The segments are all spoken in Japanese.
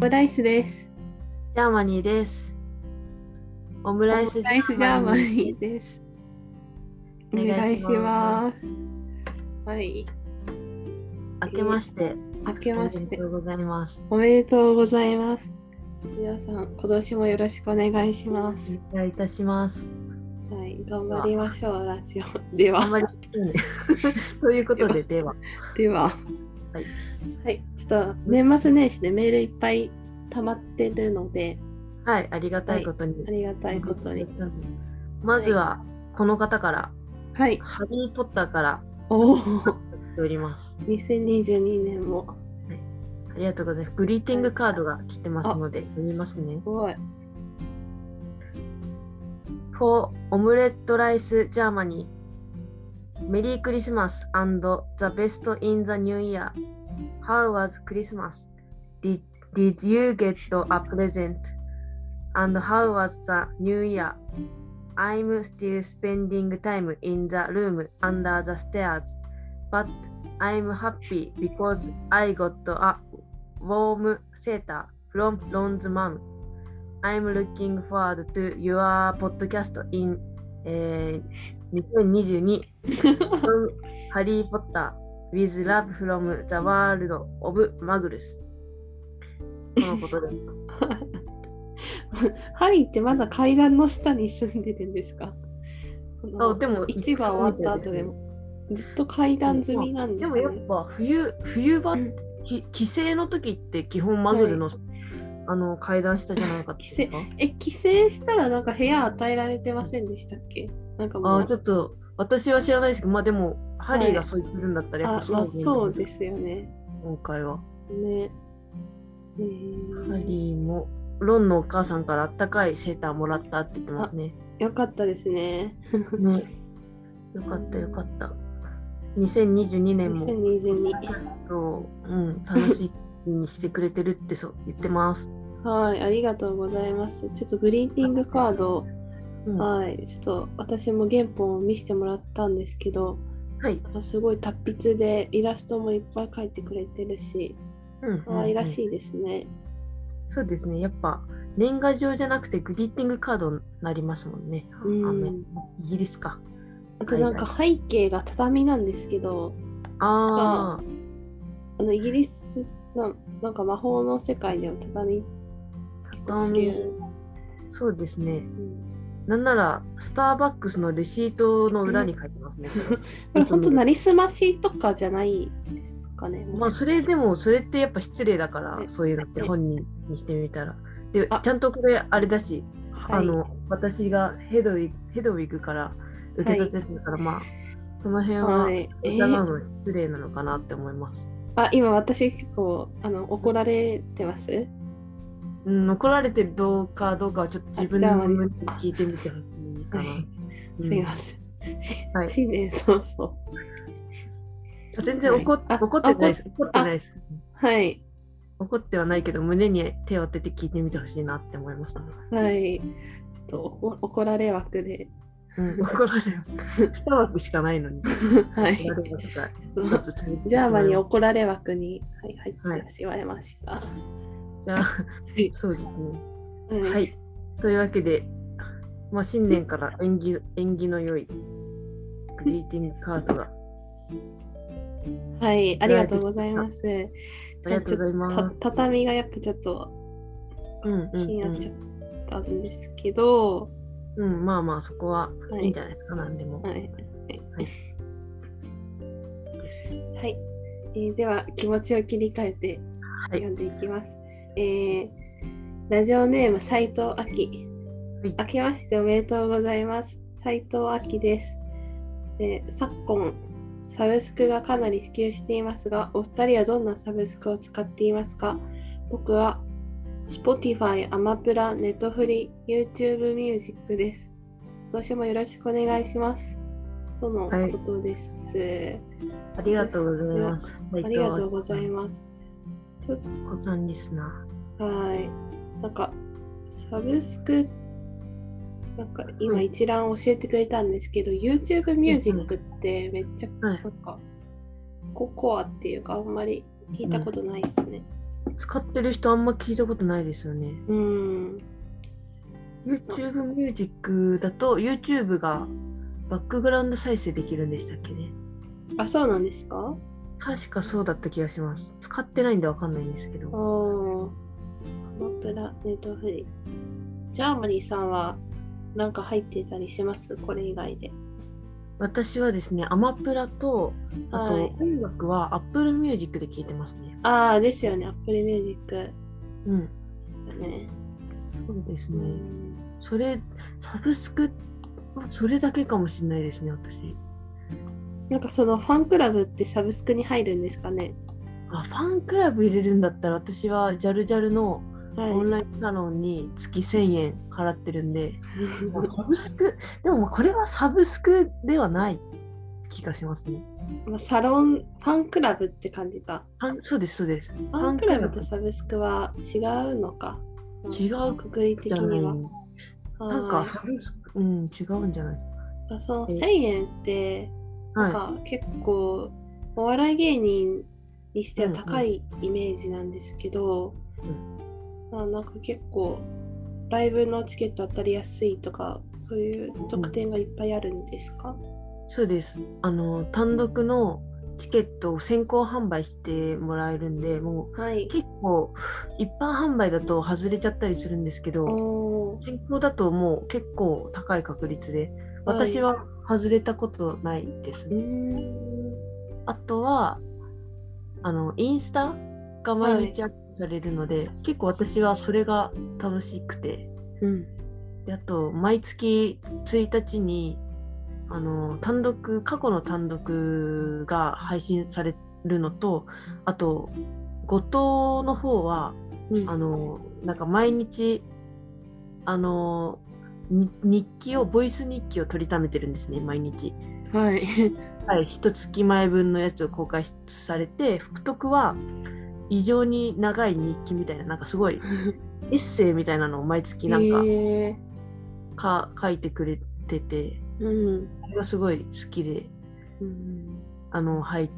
オライスです。ジャーマニーです。オムライスオムライスジャーマニーです。おお願願いいししま。ますはい、明けまして、明けましおめでてとうございます。おめでとうございます。皆さん、今年もよろしくお願いします。お願いいたします。はい、頑張りましょう、ラジオ。であんは、まり ということで、では、では、はい、はい、ちょっと年末年始でメールいっぱい溜まってるので、はい、ありがたいことに。ありがたいことに。まずは、この方から、はい、ハリー・ポッターからお お、来ております。 2022年も。ありがとうございます。グリーティングカードが来てますので、読みますねす。ごい。 For オムレットライスジャーマニー。メリークリスマス and the best in the new year. How was Christmas? Did, did you get a present? And how was the new year? I'm still spending time in the room under the stairs, but I'm happy because I got a warm sweater from Ron's mom. I'm looking forward to your podcast in、えー、2022 from Harry Potter with love from the world of Muggles とのこと です。ハリーってまだ階段の下に住んでるんですかあでも1が終わった後でもずっと階段済みなんでですもやっね。ぱ冬冬場うんき帰省の時って基本マグルの、あの階段下じゃなかったですかえ、帰省したらなんか部屋与えられてませんでしたっけなんかもうあーちょっと私は知らないですけどまあでもハリーがそう言ってるんだったらやあっぱまあ、思そういますですよね。今回は。ね。えーハリーもロンのお母さんからあったかいセーターもらったって言ってますね。よかったですね。ねよかったよかった。2022年も2022。そう、うん、楽しい日にしてくれてるってそう言ってます。はい、ありがとうございます。ちょっとグリーティングカードを、うん、ははい、ちょっと私も原本を見せてもらったんですけど、い。あすごい達筆でイラストもいっぱい描いてくれてるしうん、可愛らしい。いですね。そうですね。やっぱ年賀状じゃなくてグリーティングカードになりますもんね。うん雨イギリスか。あとなんか背景が畳なんですけどああ、あのイギリスのなんか魔法の世界では畳結構す畳る、そうですうね。んなんならスターバックスのレシートの裏に書いてますね。これこれ本当なりすましとかじゃないですかね。まあそれでもそれってやっぱ失礼だからねそういうのってね本人にしてみたら。であちゃんとこれあれだし、はいあの私がヘドウィヘドウィグから受け取ったやつだから、まあその辺ははい、え疑うー、の失礼なのかなって思います。あ今私結構あの怒られてますうん、怒られてるどうかどうかはちょっと自分じゃあの胸に聞いてみてほしいかな。うん すいません。 しはい新年早々。あ全然怒っあ怒ってないです。怒ってないです。はい。怒ってはないけど胸に手を当てて聞いてみてほしいなって思いました、ね。はい。ちょっと怒怒られ枠で。 うん、 怒られる。2枠しかないのに。はい。怒られることが一つ続いてしまいますジャーマに怒られ枠に、はい、はい入ってしまいました。はじゃあ、そうですね。い。ははいい。というわけで、まあ、新年から縁起縁起の良いグリーティングカードが。ありがとうございます。ありがとうございますちょっとた畳がやっぱちょっとうんうん気にうなっちゃんったんですけど、うん、まあまあ、そこははいいいんじゃないですか、なんでも。はい。はいはい。えーでは、気持ちを切り替えてはい読。んでいきます。えーラジオネーム斉藤亜希。はい明けましておめでとうございます。斉藤亜希です。えー昨今、サブスクがかなり普及していますが、お二人はどんなサブスクを使っていますか僕は Spotify、アマプラ、ネットフリ、YouTube ミュージックです。今年もよろしくお願いします。とのはいことです。ありがとうございます。あありがとうございます。す。お子さんリスナはい。なんか、サブスク、なんか今はい一覧教えてくれたんですけど、YouTube ミュージックってめっちゃー。はい。なんか、ココアっていうかあんまり聞いたことないですね。使ってる人あんま聞いたことないですよね。うん。 YouTube ミュージックだと YouTube がバックグラウンド再生できるんでしたっけね。あ、そうなんですか確かそうだった気がします。使ってないんでわかんないんですけああ。アど。マプラ、ネットフリ。ジャーマニーさんはなんか入ってたりしますこれ以外で。私はですね、アマプラと、あはとい音楽は Apple Music で聞いてますね。ああ、ですよね。Apple Music でうん。したね。そうですね。それ、サブスク、それだけかもしれないですね、私。なんかそのファンクラブってサブスクに入るんですかねあ、ファンクラブ入れるんだったら、私はジャルジャルのはい。オンラインサロンに月1000円払ってるんで、 まあサブスク、でもまあこれはサブスクではない気がしますね。まあサロン、ファンクラブって感じか。あそうです、そうです。ファンクラブとファンサブスクは違うのか。違うくくりク的ラブにじゃは。ないなんかはいサブスク、うん、違うんじゃないそのえ1000円って、なんはか結構、お笑い芸人にしては高いイメージなんですけど、うんまあなんか結構、ライブのチケット当たりやすいとか、そういう特典がいっぱいあるんですか、い。そうです。あの、単独のチケットを先行販売してもらえるんで、もはい。う結構一般販売だと外れちゃったりするんですけど、おー先行だともう結構高い確率で、はい私は外れたことないですねう。ーんあとはあのインスタが毎日アップされるので、結構私はそれが楽しくてであと毎月1日にあの単独過去の単独が配信されるのとあと後藤の方はうんあのなんか毎日あのに日記をボイス日記を取りためてるんですね毎日。はい。はい、一月前分のやつを公開されて福徳は異常に長い日記みたいななんかすごいエッセイみたいなのを毎月なんかえーか、書いてくれててうん。あれがすごい好きでうんあの入って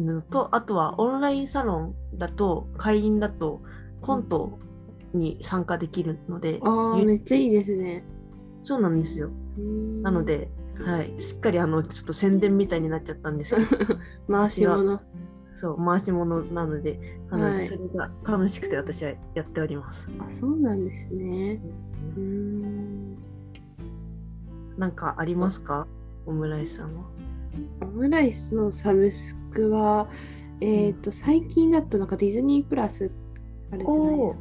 るのとあとはオンラインサロンだと会員だとコントに参加できるので、ああ、ゆめっちゃいいですね。そうなんですよななの、で、はい、しっかりあのちょっと宣伝みたいになっちゃったんですけど回し物。そう、回し物なので、あの、はいそれが楽しくて私はやっております。あ、そうなんですね。うーん。なんかありますかオムライスさんは。オムライスのサブスクは、えっ、と、最近だとなんかディズニープラスあるじゃないですか。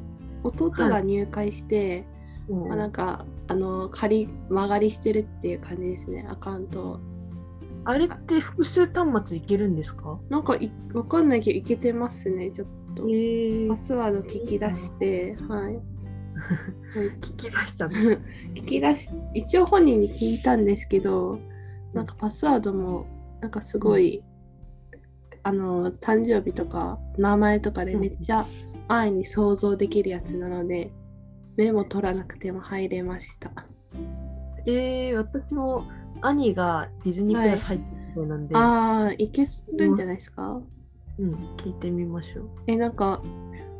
弟が入会して、うんまあ、なんか、あの、仮曲がりしてるっていう感じですね、アカウントを。あれって複数端末いけるんですかなんかい、わかんないけど、いけてますね、ちょっと。えパスワード聞き出して、はい。はい 聞き出したの。聞き出し一応本人に聞いたんですけどなんかパスワードもなんかすごい、あの誕生日とか名前とかでめっちゃ安易に想像できるやつなのでメモ取らなくても入れましたえー、私も兄がディズニープラス入ってるみたいなんで、あーいけするんじゃないですか、うん、聞いてみましょう。えなんか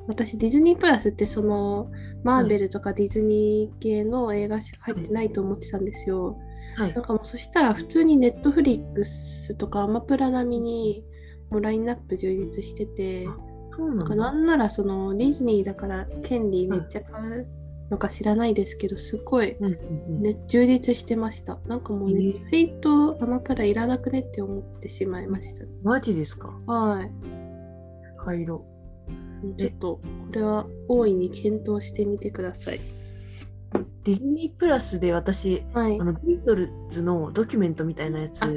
私ディズニープラスってそのマーベルとかディズニー系の映画しか入ってないと思ってたんですよ、はいなん。かもうそしたら普通にネットフリックスとかアマプラ並みにもうラインナップ充実しててあそうなんかなんなだ。んならそのディズニーだから権利めっちゃ買うのか知らないですけどすごい、うんうんうんね、充実してましたなんかもうへえネットフリとアマプラいらなくねって思ってしまいましたマジですかはい入ろ。ちょっとこれは大いに検討してみてくださいうディズニープラスで私、はいあのビートルズのドキュメントみたいなやつ、あ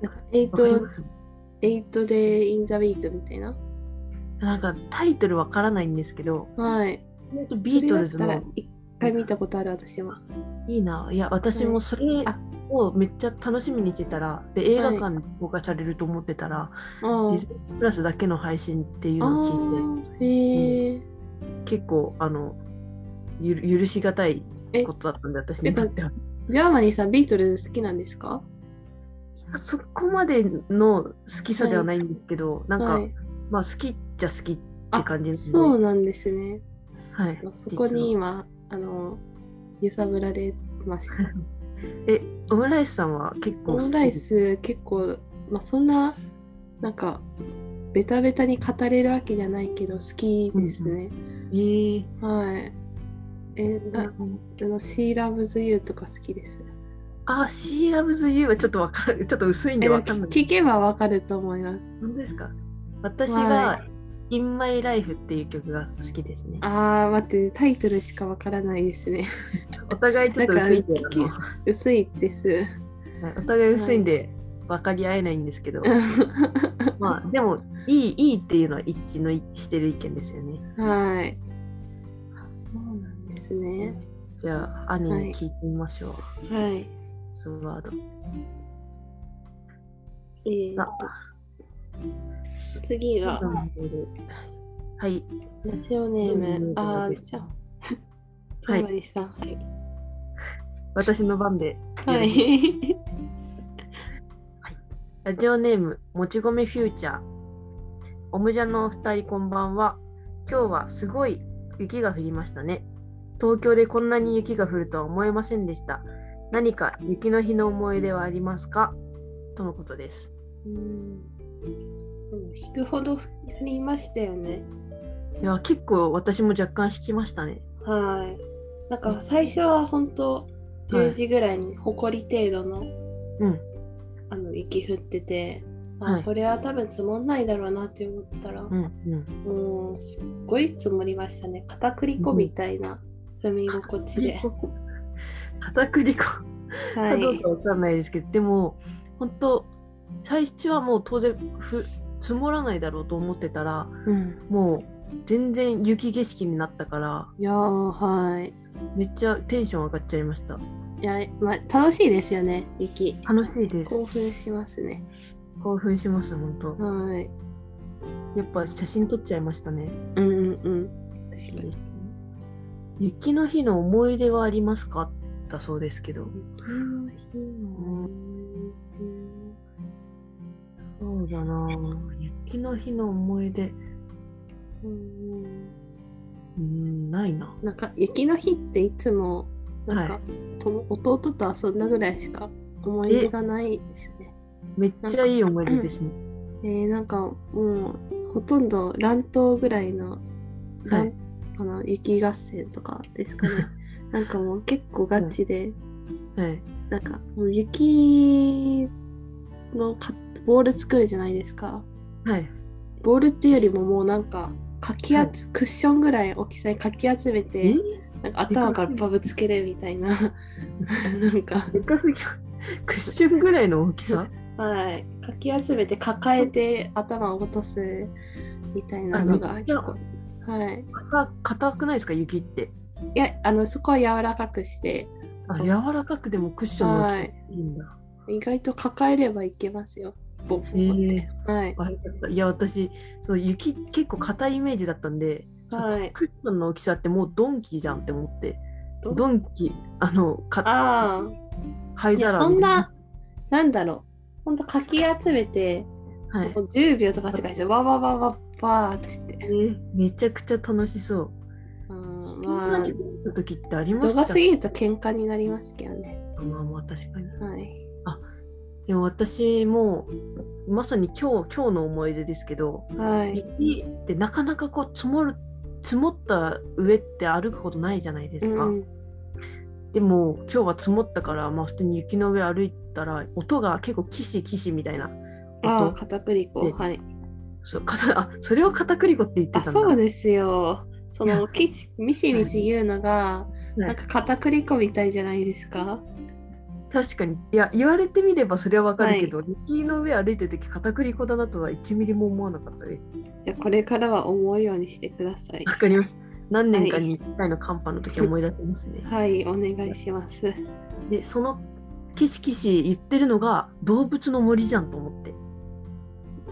なんかエイわかりトますエイトデイインザウィークみたいななんかタイトルわからないんですけど、はいビートルズそれだったのら一回見たことある私もいいな、いや、私はもいそれあをめっちゃ楽しみにしてたら、で映画はい館で公開されると思ってたあら、ディズニープラスだけの配信っていうあのを聞いーへえ、て、結構、あの、ゆる許しがたいことだったんで、私にとっては。いジャーマニーさんビートルズ好きなんですかやそこまでの好きさではないんですけど、なんか、はいまあ、好きっちゃ好きって感じですねそうなんですね。はい。そこに今、あの、揺さぶられました。 え、オムライスさんは結構オ好きムライス結構、まあ、そんな、なんか、ベタベタに語れるわけじゃないけど、好きですね。えー、はい。え、なあの、シーラブズユーとか好きです。あ、シーラブズユーはちょっとわかる、ちょっと薄いんえでわかんない。聞けばわかると思います。本当ですか私はが In My Life っていう曲が好きですね。あー、待って、タイトルしかわからないですね。 お互いちょっと薄いんで、なんあのか薄いです。はいお互い薄いんで分かり合えないんですけど、まあでもいい、いいっていうのは一致のいしてる意見ですよね。はい。そうなんですね。じゃあ、兄に聞いてみましょう。はい。スワード。えーあ次は、はい。ラジオネーム、あー、じゃあ、は最い後にさん。はい。私の番で。はい。ラジオネーム、もち米フューチャー。おむじゃのお二人、こんばんは。今日はすごい雪が降りましたね。東京でこんなに雪が降るとは思いませんでした。何か雪の日の思い出はありますかとのことです。うん引くほど降りましたよね。いや、結構私も若干引きましたね。はい。なんか最初は本当は10い時ぐらいにほこり程度のうん。あの雪降ってて、はあいこれは多分積もんないだろうなって思ったら、うん。うん。もうすっごい積もりましたね。片栗粉みたいな踏み心地で。片栗粉。はかどういか。わかんないですけど、でも本当最初はもう当然ふ積もらないだろうと思ってたらうん、もう全然雪景色になったからいやーはい。めっちゃテンション上がっちゃいましたいや、まあ、楽しいですよね、雪。楽しいです興奮しますね。興奮します本当はい。やっぱ写真撮っちゃいましたねうんうんうん。確かに。雪の日の思い出はありますかだそうですけど雪の日のそうだな雪の日の思い出うんうんないななんか雪の日っていつもなんか、はいと弟と遊んだぐらいしか思い出がないですね。めっちゃいい思い出ですね、えー、なんかもうほとんど乱闘ぐらいの,、は乱いあの雪合戦とかですかねなんかもう結構ガチで、はいなんかもう雪のかボール作るじゃないですかはいボールっていうよりももうなんかかきあつ、クッションぐらい大きさにかき集めてなんか頭からパブつけるみたいななん かでかすぎるクッションぐらいの大きさはいかき集めて抱えて頭を落とすみたいなのがあめっち結ゃ構はい硬硬くないですか雪っていやあのそこは柔らかくしてあうん柔らかくでもクッションの大きさはいいいんだ、意外と抱えればいけますよボンボンって、はいあよかったいや私そう雪結構硬いイメージだったんで、はいクッションの大きさってもうドンキじゃんって思ってドンドンキあのかああ灰いや皿そんななんだろうほんとかき集めてはい、もう10秒とかしかしてわわわわわーって言ってめちゃくちゃ楽しそううんそんなまあに思った時ってありま度がした過ぎると喧嘩になりますけどねまあまあ確かにはいいや私もまさに今日今日の思い出ですけど、はい雪ってなかなかこう積もる積もった上って歩くことないじゃないですか、うんでも今日は積もったから、まあ、普通に雪の上歩いたら音が結構キシキシみたいなああ音片栗粉ではいそうかたあそれを片栗粉って言ってたあんだそうですよそいのやきミシミシ言うのがはいなんか片栗粉みたいじゃないですか確かにいや言われてみればそれはわかるけど、雪の上歩いてる時片栗粉だなとは1ミリも思わなかっ たですじゃあこれからは思うようにしてくださいわかります何年かに1回の寒波の時は思い出せますね、はいお願いしますでそのキシキシ言ってるのが動物の森じゃんと思って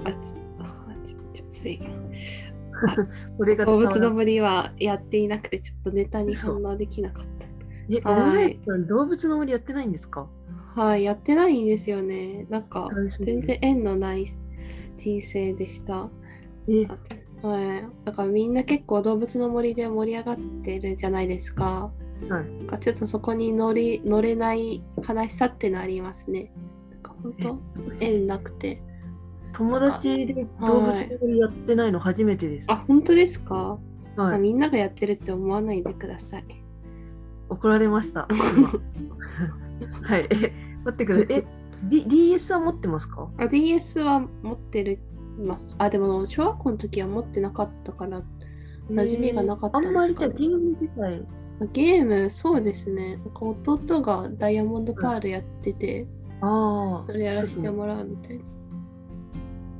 あちあちょちょついこれが動伝わ物らないの森はやっていなくてちょっとネタに反応できなかっはえ、いオムライスさん動物の森やってないんですかたはいやってないんですよねなんか大丈夫全然縁のない人生でしたえあはい、だからみんな結構動物の森で盛り上がってるじゃないですか。はいなんかちょっとそこに乗り乗れない悲しさってのありますね。なんか本当縁なくて。友達で動物の森やってないの初めてです。あ本当ですか、まはあい、みんながやってるって思わないでください。怒られま した。今はい、え待ってください。え、D、DS は持ってますかあ DS は持ってるます。あでも小学校の時は持ってなかったから馴染みがなかったんあでんすかねまりじゃあゲーム自体。ゲームそうですね。なんか弟がダイヤモンドパールやってて。ああ。それやらせてそうもらうみたいな。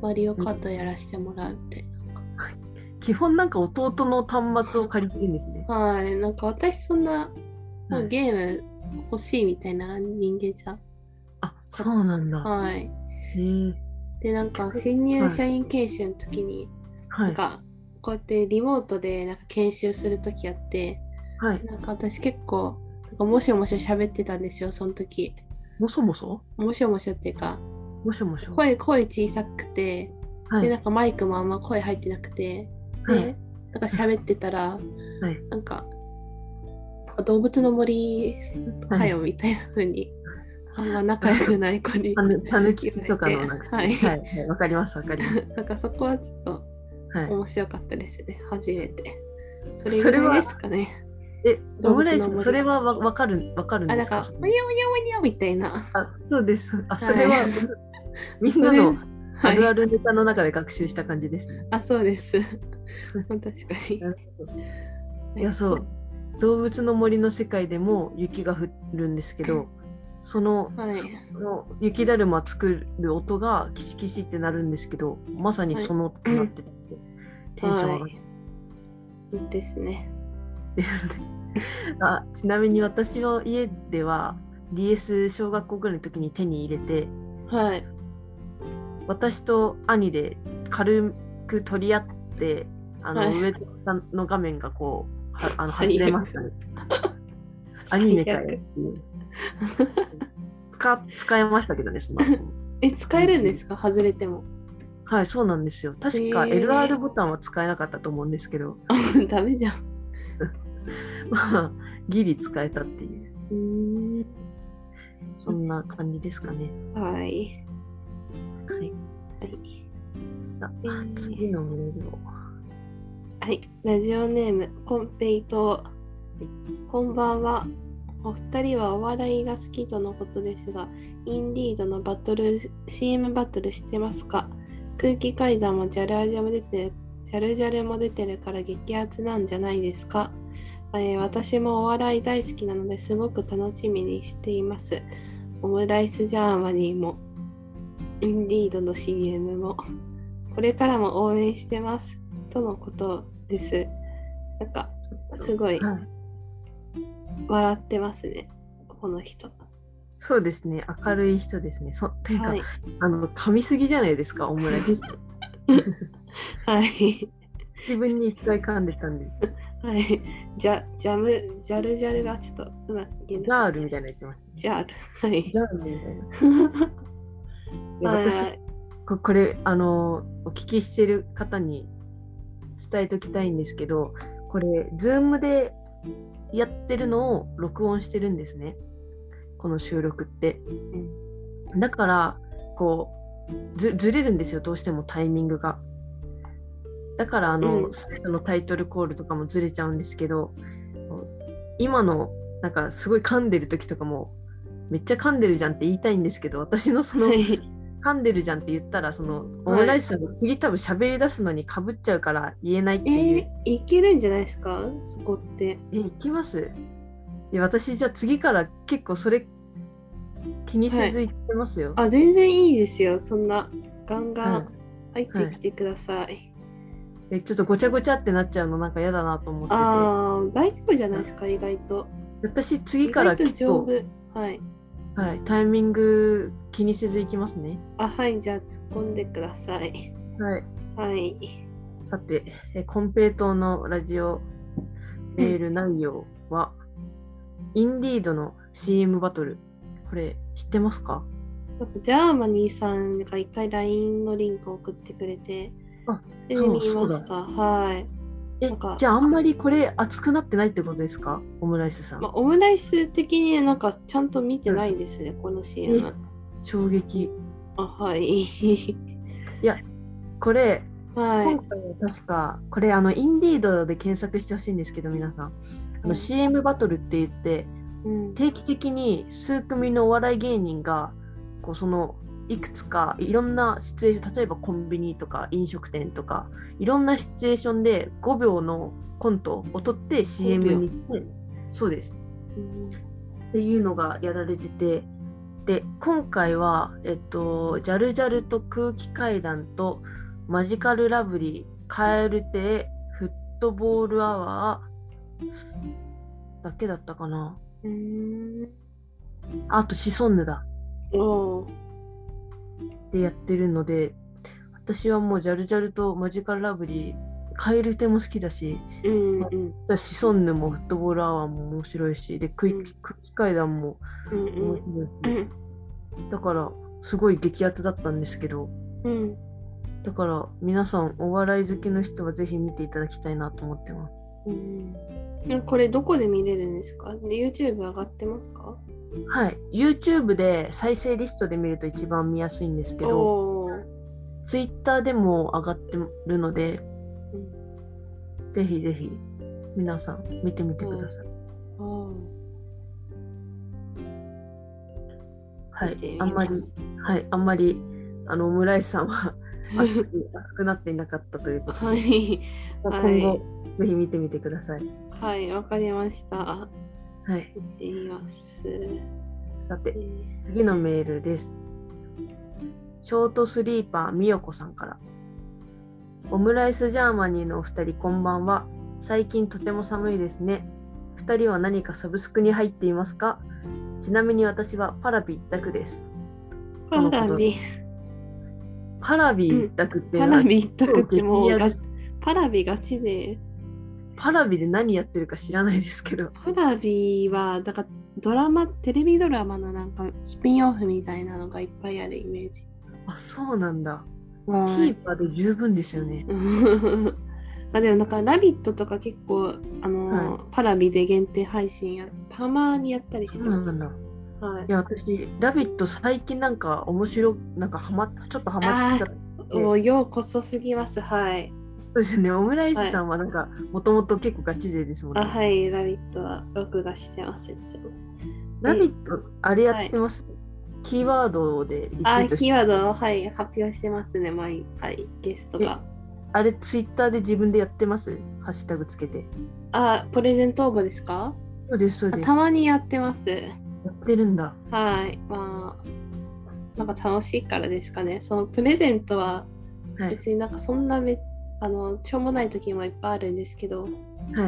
マリオカートやらせてもらうみたいそう基本なんか弟の端末を借りてるんですね。な。はい、なんか私そんな、もはういゲーム欲しいみたいな人間じゃん。あ、そうなんだ。はい。へえ。で、なんか新入社員研修の時に、はなんい。かこうやってリモートでなんか研修する時あって、はい。なんか私結構、なんかもしょもしょ喋ってたんですよ、その時。もそもそもしょもしょっていうか、もしょもしょ。声、声小さくて、はで、い。なんかマイクもあんま声入ってなくて、で、はいなんか喋ってたら、はいなんか動物の森かよみたいな風に、あんま仲良くない子にたぬたぬきつとかのなんか。はいはい。はいわかります。わかります。なんかそこはちょっとはい。面白かったですね初めてそれぐらいですかねえ、動オ物のムライ森ス、それはわわかる、わかるんあなでんすか「かおにゃおにゃおにゃ」みたいなあ、そうです。あ、それは はい、みんなそのれあはいるあるネタの中で学習した感じですね。あそうです確かになるほどいや、そう。動物の森の世界でも雪が降るんですけど、その、はいその雪だるま作る音がキシキシってなるんですけど、まさにその音になってて、テンション上がるはいですねですね。あちなみに私の家では DS 小学校ぐらいの時に手に入れてはい私と兄で軽く取り合ってあの、はい上と下の画面がこうはあの最悪外れま したね。アニメかよっていう使使えましたけどねその 後もえ使えるんですか外れても はいそうなんですよ確かへー LR ボタンは使えなかったと思うんですけど、 ダメじゃんまあ、ギリ使えたっていううーんそんな感じですかね。はいはいはいさあ、えー次のメールを。はい、ラジオネームコンペイトウこんばんは。お二人はお笑いが好きとのことですが、インディードのバトル CM バトル知ってますか？空気階段もジャルアジャも出てジャルジャルも出てるから激アツなんじゃないですか？えー私もお笑い大好きなのですごく楽しみにしています。オムライスジャーマニーもインディードの CM もこれからも応援してます。とのことです。なんかすごいはい、笑ってますね、この人。そうですね、明るい人ですね。そていうか、はい。あの噛みすぎじゃないですか、オムライス。はい。自分に一回噛んでたんで、はい。じゃ、ジャム、ジャルジャルがちょっとうまく言えジなャーいルみたいなの言ってます。ジャール。はいジ。ャールみたいな。いやはい私こ、これ、あの、お聞きしてる方に伝えときたいんですけど、これ、ズームでやってるのを録音してるんですね、この収録って。だからこうずずれるんですよどうしてもタイミングがだからあの、うん最初のタイトルコールとかもずれちゃうんですけど今のなんかすごい噛んでる時とかもめっちゃ噛んでるじゃんって言いたいんですけど私のそのはい。噛んでるじゃんって言ったらそのオムライスさんが次多分喋り出すのにかぶっちゃうから言えないってえいう、ー、いけるんじゃないですかそこって。え行きますいや私じゃあ次から結構それ気にせず言ってますよ、あ、全然いいですよ。そんな、ガンガうン入ってきてください。えちょっとごちゃごちゃってなっちゃうのなんか嫌だなと思っててああ、大丈夫じゃないですか、意外と。私意次から外と結丈構夫、。はい。はい、タイミング気にせずいきますねあ、はい、じゃあ突っ込んでください。はいはい。さてえコンペイトーのラジオメール内容は、インディードの CM バトルこれ知ってますかなんかジャーマニーさんが一回 LINE のリンクを送ってくれて、ああ手に見そうました。はい。えなんかじゃああんまりこれ熱くなってないってことですかオムライスさん、まあ、オムライス的になんかちゃんと見てないんですね、この CM。衝撃あ、はい。 これはい今。回は確かこれあのインディードで検索してほしいんですけど皆さんあうのん CM バトルって言ってうん定期的に数組のお笑い芸人がこうそのいくつかいろんなシチュエーション例えばコンビニとか飲食店とかいろんなシチュエーションで5秒のコントを取って CM にしてそうですっていうのがやられててで今回はえっとジャルジャルと空気階段とマジカルラブリーカエル亭フットボールアワーだけだったかなうん。あとシソンヌだおーでやってるので私はもうジャルジャルとマジカルラブリーカエル亭も好きだしうんうんだシソンヌもフットボールアワーも面白いしで空うん気空気階段もうん面白いし、うんだからすごい激アツだったんですけどうんだから皆さんお笑い好きの人はぜひ見ていただきたいなと思ってます。うんこれどこで見れるんですか ?YouTube 上がってますかはい、YouTube で再生リストで見ると一番見やすいんですけど、おー Twitter でも上がってるので、うんぜひぜひ皆さん見てみてください。おは見てみい、まあすんまり、はい、あんまりあのオムライスさんは熱ー。く熱くなっていなかったというこ とはで、い。まあはい今後ぜひ見てみてください。はい、わかりました。はい、見てみます。さてえー次のメールです。ショートスリーパーみよこさんから。オムライスジャーマニーのお二人こんばんは。最近とても寒いですね。二人は何かサブスクに入っていますかちなみに私はパラビ一択です。とのこパラとビ、パラビ一択っていうパのはラビ一択ってもう激アガツパラビガチで、パラビで何やってるか知らないですけど。パラビは、だからドラマ、テレビドラマのなんかスピンオフみたいなのがいっぱいあるイメージ。あ、そうなんだ。キはい ー。パーで十分ですよね。あでもなんか「ラビット!」とか結構あのー、パラビで限定配信やたまにやったりしてそうまなす。んだ。はいいや、私、ラビット最近なんか面白、なんかハマっちょっとハマっちゃって。もうようこそすぎます。はい。そうですね、オムライスさんはなんか、もともと結構ガチ勢ですもんね。あはい、ラビットは録画してます。いつもラビット、あれやってます、キーワードで一あ位としキてーワードを、はい、発表してますね、毎回ゲストが。あれツイッターで自分でやってますハッシュタグつけて。あ、プレゼント応募ですかそうです、そうあです。たまにやってます。やってるんだ。はい。まあ、なんか楽しいからですかね。そのプレゼントははい。別になんかそんなめあのしょうもない時もいっぱいあるんですけどは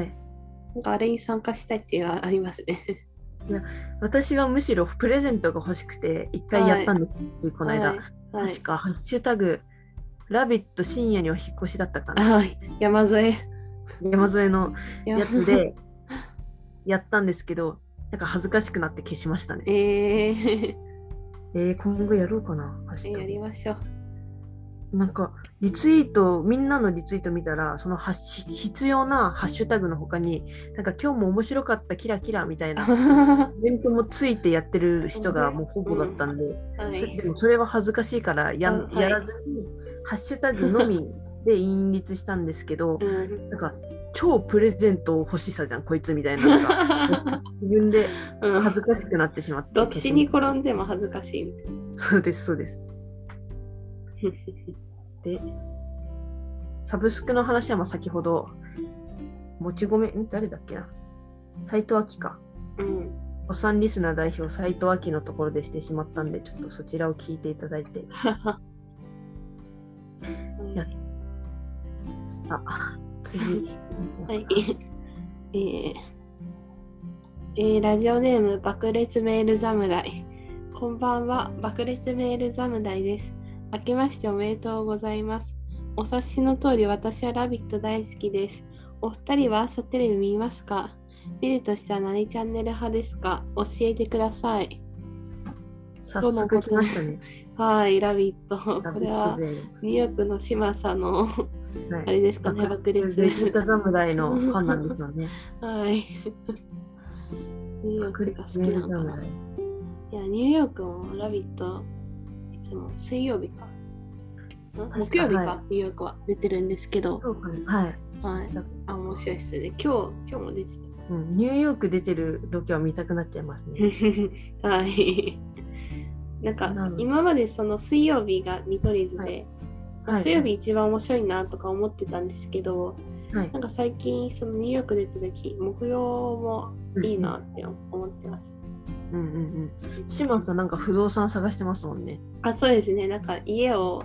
い、なんかあれに参加したいっていうのはありますね。私はむしろプレゼントが欲しくて、一回やったんです、この間。はいはい、確か、ハッシュタグ、ラビット深夜には引っ越しだったかな。はい、山添山添の山やつで、やったんですけど、なんか恥ずかしくなって消しましたね。えー、えー、今後やろうかな。ハッシュタやグりましょう。なんかリツイートみんなのリツイート見たらそのハッシュ必要なハッシュタグの他になんか今日も面白かったキラキラみたい なはイベントもついてやってる人がもうほぼだったんで、そいでもそれは恥ずかしいからや,、うんはいやらずにハッシュタグのみ で隠立したんですけどうんなんか超プレゼント欲しさじゃんこいつみたいなのが自分で うん恥ずかしくなってしまってどっ消しちに転んでも恥ずかしいみたいそうですそうですでサブスクの話はまあ先ほど、もち米、ん誰だっけな斎藤明か。な。うん、おっさんリスナー代表斎藤明のところでしてしまったんで、ちょっとそちらを聞いていただいて。やさあ、次。はい。 えーえーラジオネーム爆裂メール侍。こんばんは、爆裂メール侍です。明けましておめでとうございます。お察しの通り、私はラビット大好きです。お二人は朝テレビ見ますか見るとしたら何チャンネル派ですか教えてください。早速来ましたね。はい、ラビット。ラこビれットは勢ニューヨークの嶋佐のの。はあれですかね、爆爆レ裂。ジータ侍のファンなんですよ ね。はい。ニューヨー爆ク裂が好きジなーのかタな。侍。いや、ニューヨークもラビット、いつも水曜日か。んか木曜日か、はニューヨークは出てるんですけど、そうかね。はい。はい。あ、面白いですね。今日、今日も出てうんニューヨーク出てるロケは見たくなっちゃいますね。た。 はい。なんかなるほ、ど今までその水曜日が見取り図で、はいまあ水曜日一番面白いなとか思ってたんですけど、はいなんか最近そのニューヨーク出た時木曜もいいなって思ってます。うんうんうん。島さんなんか不動産探してますもんね。あそうですねなんか家を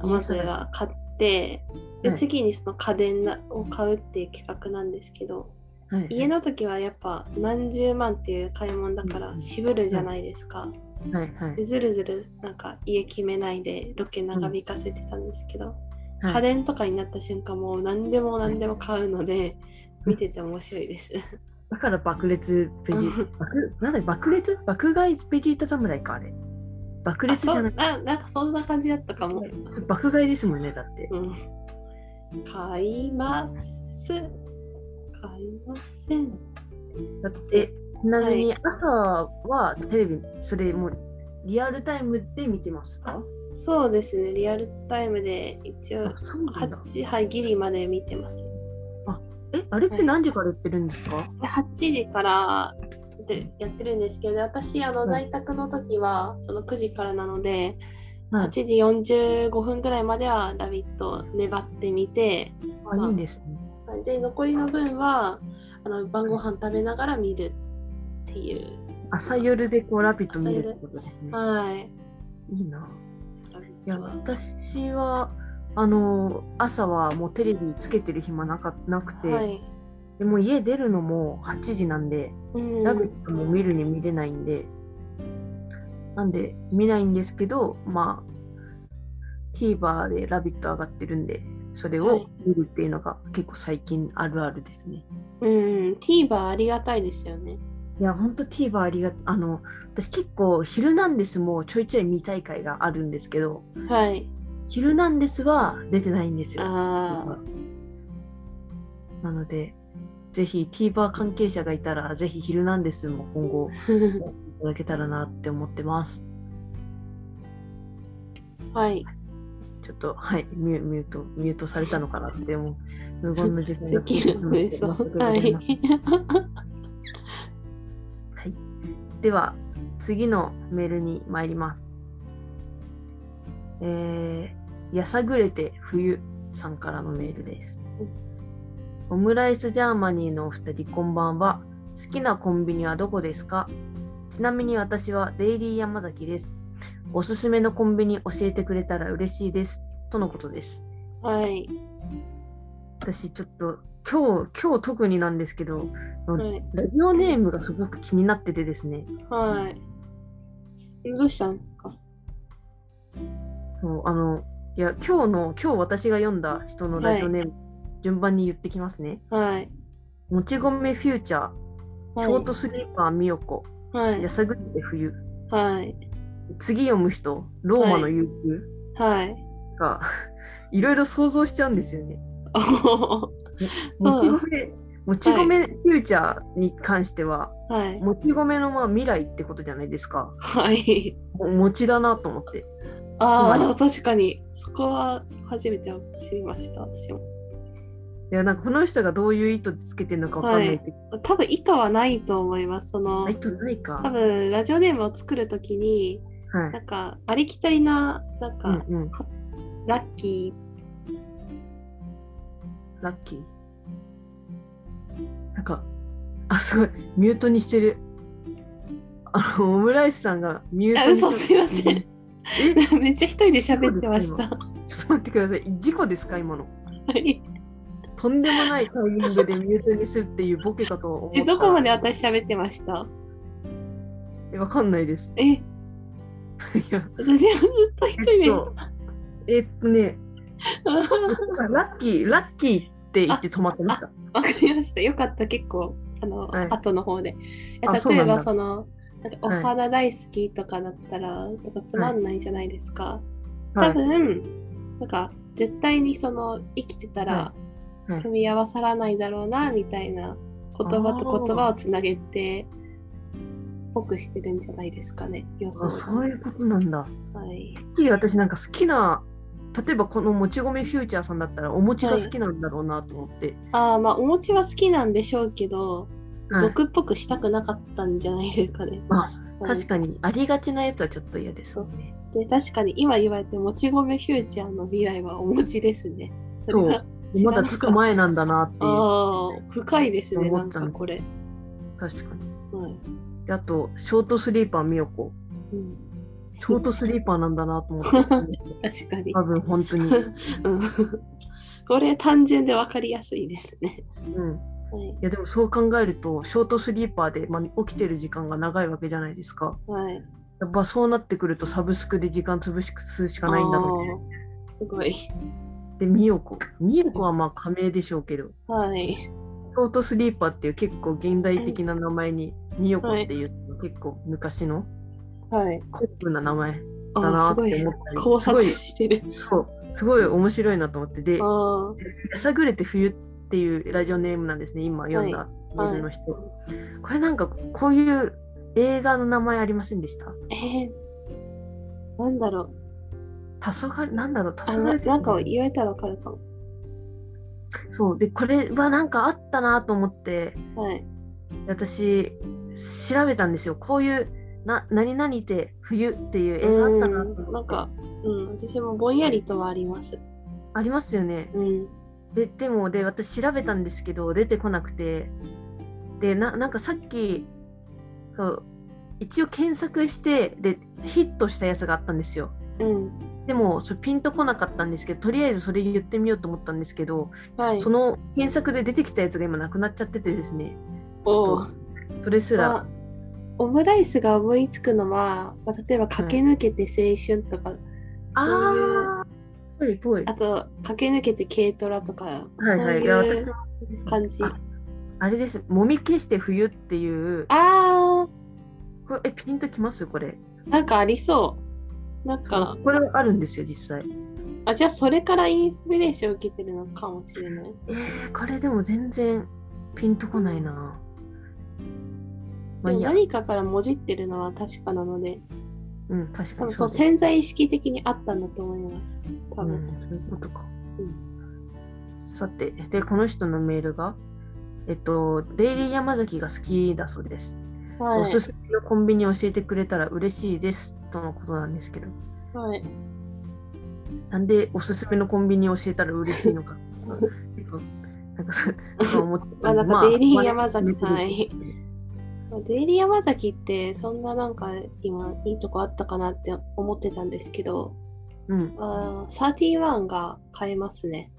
家まずは買ってではい次にその家電なを買うっていう企画なんですけどはい家の時はやっぱ何十万っていう買い物だかうらん渋るじゃないですかはいはいでずるずるなんか家決めないでロケ長引かせてたんですけどはい。家電とかになった瞬間もう何でも何でも買うので見てて面白いです。 だから爆裂ベジー爆なんだ爆裂爆買いベジータ侍かあれ。爆裂じゃない。あそうななんかそんな感じだったかも。爆買いですもんねだって。うん、買います。買いません。だってちなみに朝はテレビそれもうリアルタイムで見てますか？そうですね、リアルタイムで一応あそうなんだ。 8はいギリまで見てます。えあれって何時からやってるんですか？で8時からでやってるんですけど、私あのはい在宅の時はその9時からなので、は8い時45分ぐらいまでは「ラビット!」粘ってみて、あいいんですね。はいで残りの分はあの晩ご飯食べながら見るっていう。朝夜でこうラピット見るってことですね。はい。いいな。いや私はあの朝はもうテレビつけてる暇なかなくて、はい。でもう家出るのも8時なんで、うんラビットも見るに見れないんで、なんで見ないんですけど、まあ、TVer でラビット上がってるんで、それはいを見るっていうのが結構最近あるあるですね。うん、TVer ありがたいですよね。いや、ほんと TVer ありがあの、私結構、ヒルナンデスもちょいちょい見たい回があるんですけど、はい。ヒルナンデスは出てないんですよ。あなので、ぜひ TVer 関係者がいたら、ぜひヒルナンデスも今後 あ。いただけたらなって思ってます。はい。ちょっと、はい、ミュミュート、ミュートされたのかなって、もう無言の時間でがきるのでそう。ははいい。。では、次のメールに参ります。えー、やさぐれて冬さんからのメールです。オムライスジャーマニーのお二人、こんばんは。好きなコンビニはどこですかちなみに私はデイリー山崎です。おすすめのコンビニ教えてくれたら嬉しいです。とのことです。はい。私ちょっと今日今日特になんですけどはい。ラジオネームがすごく気になっててですねはい。どうしたんですかそうあのいや今日の今日私が読んだ人のラジオネーム、順番に言ってきますねはい。もち米フューチャーはシいョートスリーパー美代子、はいや。さぐって冬はい。次読む人ローマの憂はい。 鬱が、 い、ろいろ想像しちゃうんですよねおほほもち米もち米フューチャーに関しては、はい。もち米のまあ未来ってことじゃないですかはい。も餅だなと思ってああ、確かに。そこは初めて知りました、私も。いやなんかこの人がどういう意図つけてるのかわかんないけど、多分意図はないと思います。その、意図ないか。多分ラジオネームを作るときに、はいなんかありきたりな、なんか、うんうん、ラッキラッキー。なんか、あ、すごい、ミュートにしてる。あの、オムライスさんがミューー。トあ、にし嘘すていません。え、 めっちゃ一人で喋ってました。ちょっと待ってください。事故ですか、今の。はいとんでもないタイミングでミュートにするっていうボケかと思った。え、どこまで私喋ってましたえわかんないです。え、いや、私はずっと一人えで。っ と、えっとね、ラッキー、ラッキーって言って止まってました。わかりました。よかった、結構、あの、はい後の方で。いやあそう例なえんだば、その、なんかお花大好きとかだったら、なんかつまんないじゃないですか。多はい。分、なんか絶対にその生きてたらはいはい組み合わさらないだろうなみたいな言葉と言葉をつなげてぽくしてるんじゃないですかね。予想あそういうことなんだ。はい。てっきり私なんか好きな例えばこのもち米フューチャーさんだったらお餅が好きなんだろうなと思って、ああ、まあお餅は好きなんでしょうけど、はい俗っぽくしたくなかったんじゃないですかね。あはい確かにありがちなやつはちょっと嫌ですそうですね。で、確かに今言われて、もち米フューチャーの未来はお餅ですね。そうそれが知らなまかっただつく前なんだなっていうああ、深いですね、な思っんたかこれ。確かにはい。であとショートスリーパー美代子うん、ショートスリーパーなんだなと思って 確かに多。分本当に、うん これ単純で分かりやすいですね。うん、はいいやでもそう考えるとショートスリーパーで、まあ、起きてる時間が長いわけじゃないですか。はい。やっぱそうなってくるとサブスクで時間潰すしかないんだろうね。あーすごい。で美代子美代子はまあ仮名でしょうけどはい。ショートスリーパーっていう結構現代的な名前に、ミヨコっていう結構昔のはい。コップな名前あだなーすっごてい思。ったり考すご察いしてる。そうすごい面白いなと思ってで「あやあ。さぐれて冬」っていうラジオネームなんですね今読んだメールの人、これなんかこういう映画の名前ありませんでしたえー、なんだろう。黄昏なんだろう黄あ昏なってなんか言われたら分かるかも。そうでこれはなんかあったなと思ってはい。私調べたんですよこういうな何々て冬っていう映画あったなと思ってうんなんか、うん、私もぼんやりとはあります。ありますよねうん。ででもで私調べたんですけど出てこなくてでななんかさっきそう一応検索してでヒットしたやつがあったんですようん。でもそれピンとこなかったんですけどとりあえずそれ言ってみようと思ったんですけど、はい。その検索で出てきたやつが今なくなっちゃっててですねおうそれすまらあオムライスが思いつくのは、まあ、例えば駆け抜けて青春とか、あそういうーぽいぽいあと駆け抜けて軽トラとか、はいはいいやそうい私うも感じ。あああれですもみ消して冬っていうあこれえピンときますこれーなんかありそう。なんか、これあるんですよ実際あじゃあそれからインスピレーションを受けてるのかもしれない。えー、これでも全然ピンとこないな。まあでもいいや。何かからもじってるのは確かなので、うん、確か多に分そうだ潜在意識的にあったんだと思います。多う分。ん、そういうことか。うさて、で、この人のメールが、えっと、デイリー山崎が好きだそうです。はいおすすめのコンビニ教えてくれたら嬉しいです。とのことなんですけど。はい。なんでおすすめのコンビニ教えたら嬉しい のか。なんかさ、なんか思ってまあなんかデイリー山崎、まあはい。デイリー山崎ってそんななんか今いいとこあったかなって思ってたんですけど、うん。あー31が買えますね。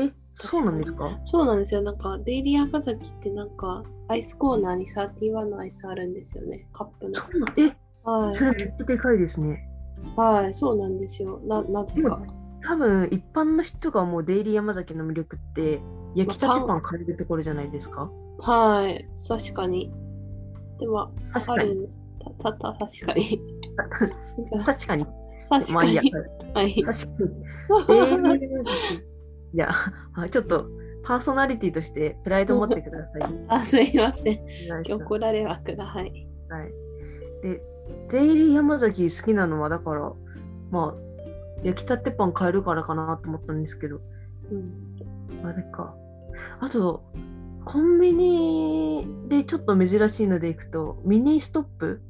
え、そうなんですかそうなんですよ。なんかデイリー山崎ってなんかアイスコーナーに31のアイスあるんですよね。カップの。そうなんえ、はそれめっちゃでかいですね。い。はい。そうなんですよ。な、なぜか。多分一般の人がもうデイリー山崎の魅力って焼きたてパン買えるところじゃないですかはい。確かに。でも、確あかにるた、た、た、確かに。確かに確まかあいいやに。はい。確かにデイリー山崎いやあちょっとパーソナリティとしてプライドを持ってくださいあ、すいません。お願いします怒られはくだはい。はいでデイリー山崎好きなのはだからまあ焼きたてパン買えるからかなと思ったんですけどうん、あれか。あと、コンビニでちょっと珍しいので行くと、ミニストップ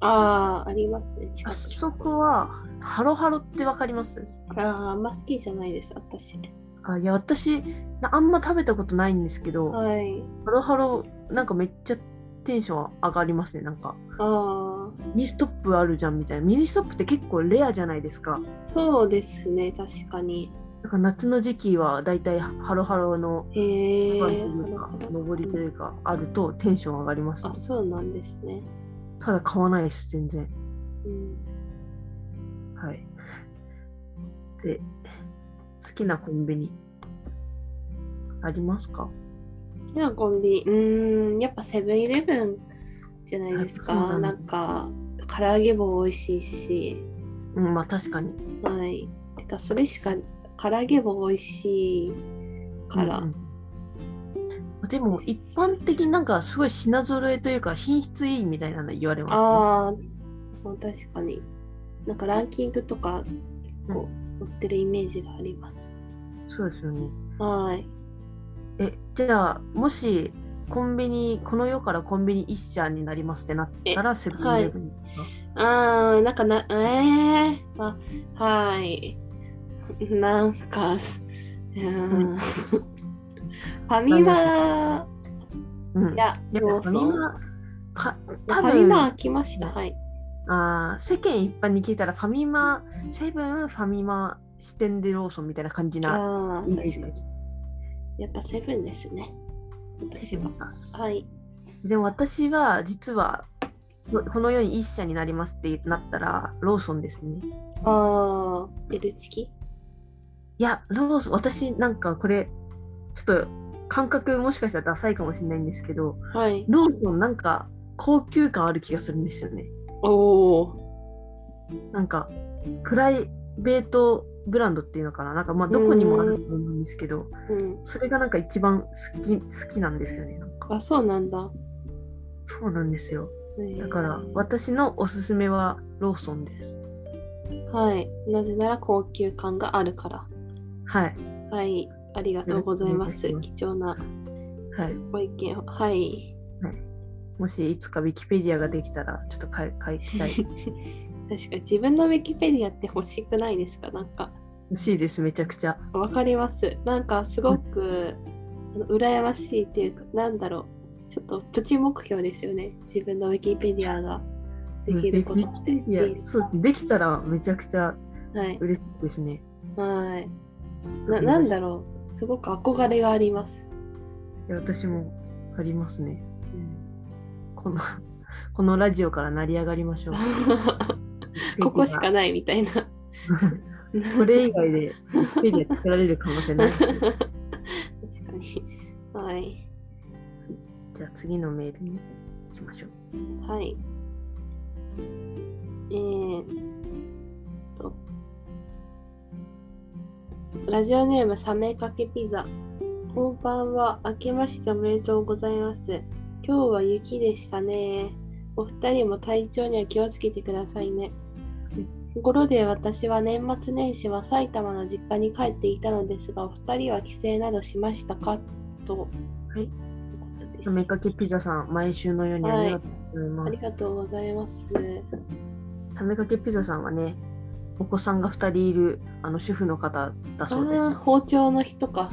ああ、ありますね。近あくにそこは、ハロハロってわかりますああ、あんま好きじゃないです、私。あいや、私、なあんま食べたことないんですけど、ハはい。ロハロ、なんかめっちゃテンション上がりますね。なんか、あミニストップあるじゃんみたいな。ミニストップって結構レアじゃないですか。あ、そうですね、確かに。だから夏の時期はだいたいハロハロの、へええー、か上りというか、あるとテンション上がります、ねあ、。そうなんですね。ただ買わないです、全然。うん、はい。で、好きなコンビニありますか好きなコンビニ、うーん、やっぱセブンイレブンじゃないですそうだか。ねなんか、唐揚げも美味しいし、うん、まあ確かに。はい。てか、それしか、唐揚げも美味しいから、うんうんでも一般的になんかすごい品揃えというか品質いいみたいなの言われまああ、まあ確かに。なんかランキングとか、こう、載ってるイメージがあります。すね。そうですよね。はい。え、じゃあもしコンビニ、この世からコンビニ一社になりますってなったらセブンイレブンですかあー、なんかな、えー、あ、はい。なんか、すうーん。ファミマ、うん。いや、でロもーソファミン。マ、かフ多ァミマ分開きました。はい。あー世間一般に聞いたらファミマ、セブン、ファミマ、支店でローソンみたいな感じなああイー、メージ確でかす。に。やっぱセブンですね。私は。はい。でも私は実はここの世に一社になりますってなったらローソンですね。ああ、L チキいや、ローソン、私なんかこれちょっと感覚もしかしたらダサいかもしれないんですけど、はい。ローソンなんか高級感ある気がするんですよね。おお。なんかプライベートブランドっていうのかな、なんかまあどこにもあると思うんですけど、うん。それがなんか一番好き好きなんですよね。なんかあ、そうなんだ。そうなんですよ。えーだから私のおすすめはローソンです。はい。なぜなら高級感があるから。はい。はい。ありがとうございます。よろし貴重なはいご意見を。はい。もしいつかウィキペディアができたらちょっと書い書きたい確かに自分のウィキペディアって欲しくないですかなんか欲しいですめちゃくちゃわかりますなんかすごくあの羨ましいっていうかなんだろうちょっとプチ目標ですよね自分のウィキペディアができることっていや人生そうできたらめちゃくちゃはい嬉しいですねはいななんだろうすごく憧れがあります、いや私もありますねこの このラジオから成り上がりま しょうここしかないみたいな これ以外でウィキペディア作られる可能性ない 確かにはいじゃあ次のメールに行きましょうはい。えー、っと。ラジオネームサメかけピザ。こんばんは。明けましておめでとうございます。今日は雪でしたね。お二人も体調には気をつけてくださいね。ところで私は年末年始は埼玉の実家に帰っていたのですが、お二人は帰省などしましたかと。はということです。めかけピザさん毎週のようにありがとうございまあす、りがとうございます。ためかけピザさんはねお子さんが2人いるあの主婦の方だそうですあー包丁の人か。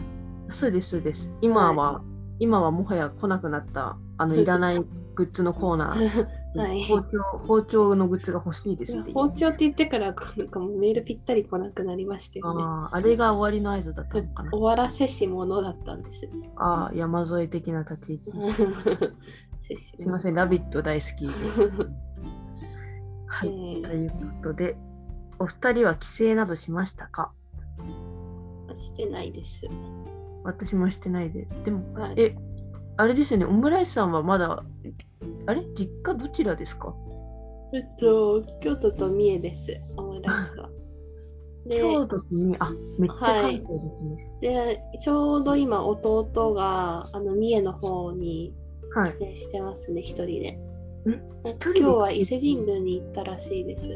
そうですそうです。今は、今はもはや来なくなったあのいらないグッズのコーナー、はい包丁包丁のグッズが欲しいですっていう。包丁って言ってからなんかもうメールぴったり来なくなりましたよね。あーあれが終わりの合図だったのかな。終わらせし者だったんです。 ああ山添的な立ち位置。せしすいません、ラビット大好きで。はい、えーということで、お二人は帰省などしましたかしてないです。私もしてないです。でも、はい、え、あれですよね、オムライスさんはまだ、あれ実家どちらですかえっと、京都と三重です、オムライス は。で京都に、あめっちゃ関はい東ですね。で、ちょうど今、弟があの三重の方にはい帰省してますね、一人で。一今人で日は伊勢神宮に行ったらしいです。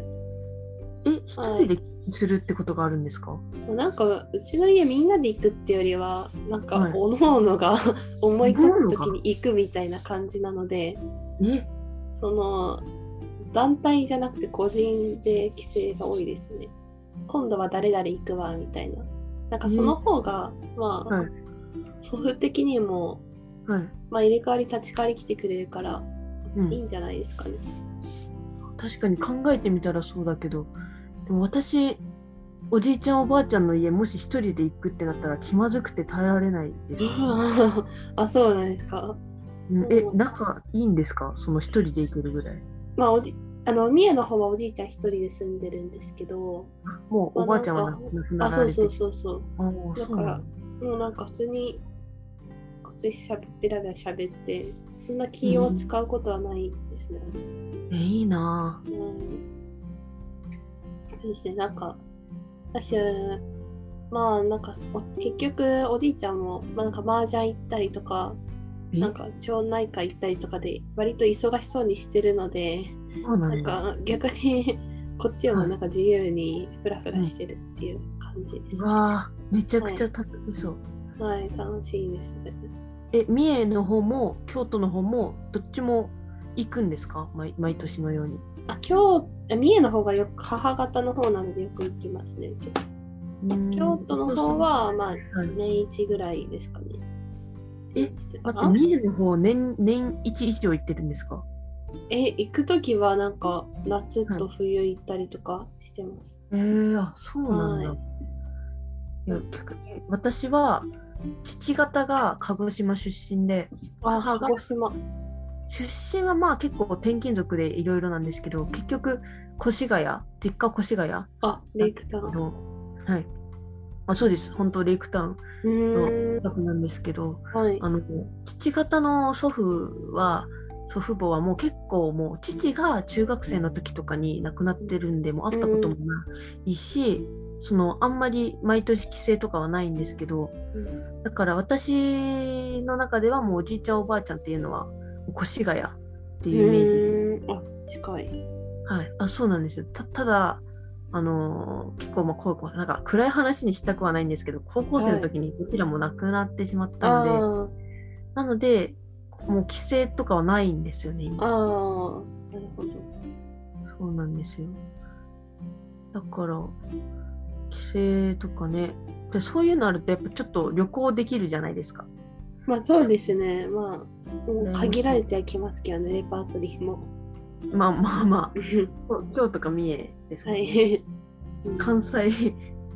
え、一人で帰省するってことがあるんですか、なんかうちの家みんなで行くってよりはなんかはいおのおのが 思い立った時に行くみたいな感じなのでえ、その団体じゃなくて個人で帰省が多いですね今度は誰々行くわみたいななんかその方が、まあ、はい祖父的にも、はい。まあ、入れ替わり立ち替わり来てくれるからういいん、んじゃないですか ね、確かに考えてみたらそうだけど、でも私、おじいちゃんおばあちゃんの家もし一人で行くってなったら気まずくて耐えられないです、あそうなんですかうんえ、仲いいんですかその一人で行けるぐらい。まあおじあの三重の方はおじいちゃん一人で住んでるんですけどもうまあおばあちゃんはな亡んかくなあらそうれてそうそうそうあーだそかうらなんだもうなんか普通に、こっちしゃべ、べらべらしゃべって、そんな気を使うことはないですね。えいいなうん。そうですね、なんか、私、まあ、なんかそ、お結局、おじいちゃんも、まあ、なんか、麻雀行ったりとか、えなんか、町内会行ったりとかで、割と忙しそうにしてるので、そうななんんだか、逆に、こっちもなんか自由にふらふらしてるっていう感じです、うわーめちゃくちゃ楽しそう、はい、楽しいですね。え三重の方も京都の方もどっちも行くんですか毎毎年のようにあ、今日、三重の方がよく、母方の方なのでよく行きますね。ちょっと京都の方は、まあ、年一ぐらいですかね。えちょっと待ってあ三重の方年年一以上行ってるんですかえ、行くときは、なんか、夏と冬行ったりとかしてます。えー、あそうなんだ、はいいや逆に私は父方が鹿児島出身であ、母鹿が児島。出身はまあ結構転勤族でいろいろなんですけど結局越谷実家越谷の、あ、レイクタウン。はい、あそうです本当レイクタウンうーん。近くなんですけどはい。あの父方の祖父は祖父母はもう結構もう父が中学生の時とかに亡くなってるんでもう会ったこともないし、そのあんまり毎年帰省とかはないんですけどうんだから私の中ではもうおじいちゃんおばあちゃんっていうのは越谷っていうイメージ、うーんあ、近い。はい、あそうなんですよたただあのー結構まあこうなんか暗い話にしたくはないんですけど高校生の時にどちらも亡くなってしまったので、あなので、もう規制とかはないんですよね、あ、あ今。あ、なるほど。そうなんですよ。だから、規制とかね。でそういうのあると、やっぱちょっと旅行できるじゃないですか。まあ、そうですね。まあ、もうね限られちゃいきますけどね、レパートリーも。 まあまあまあ、京都か三重ですもはんねい。うん関西、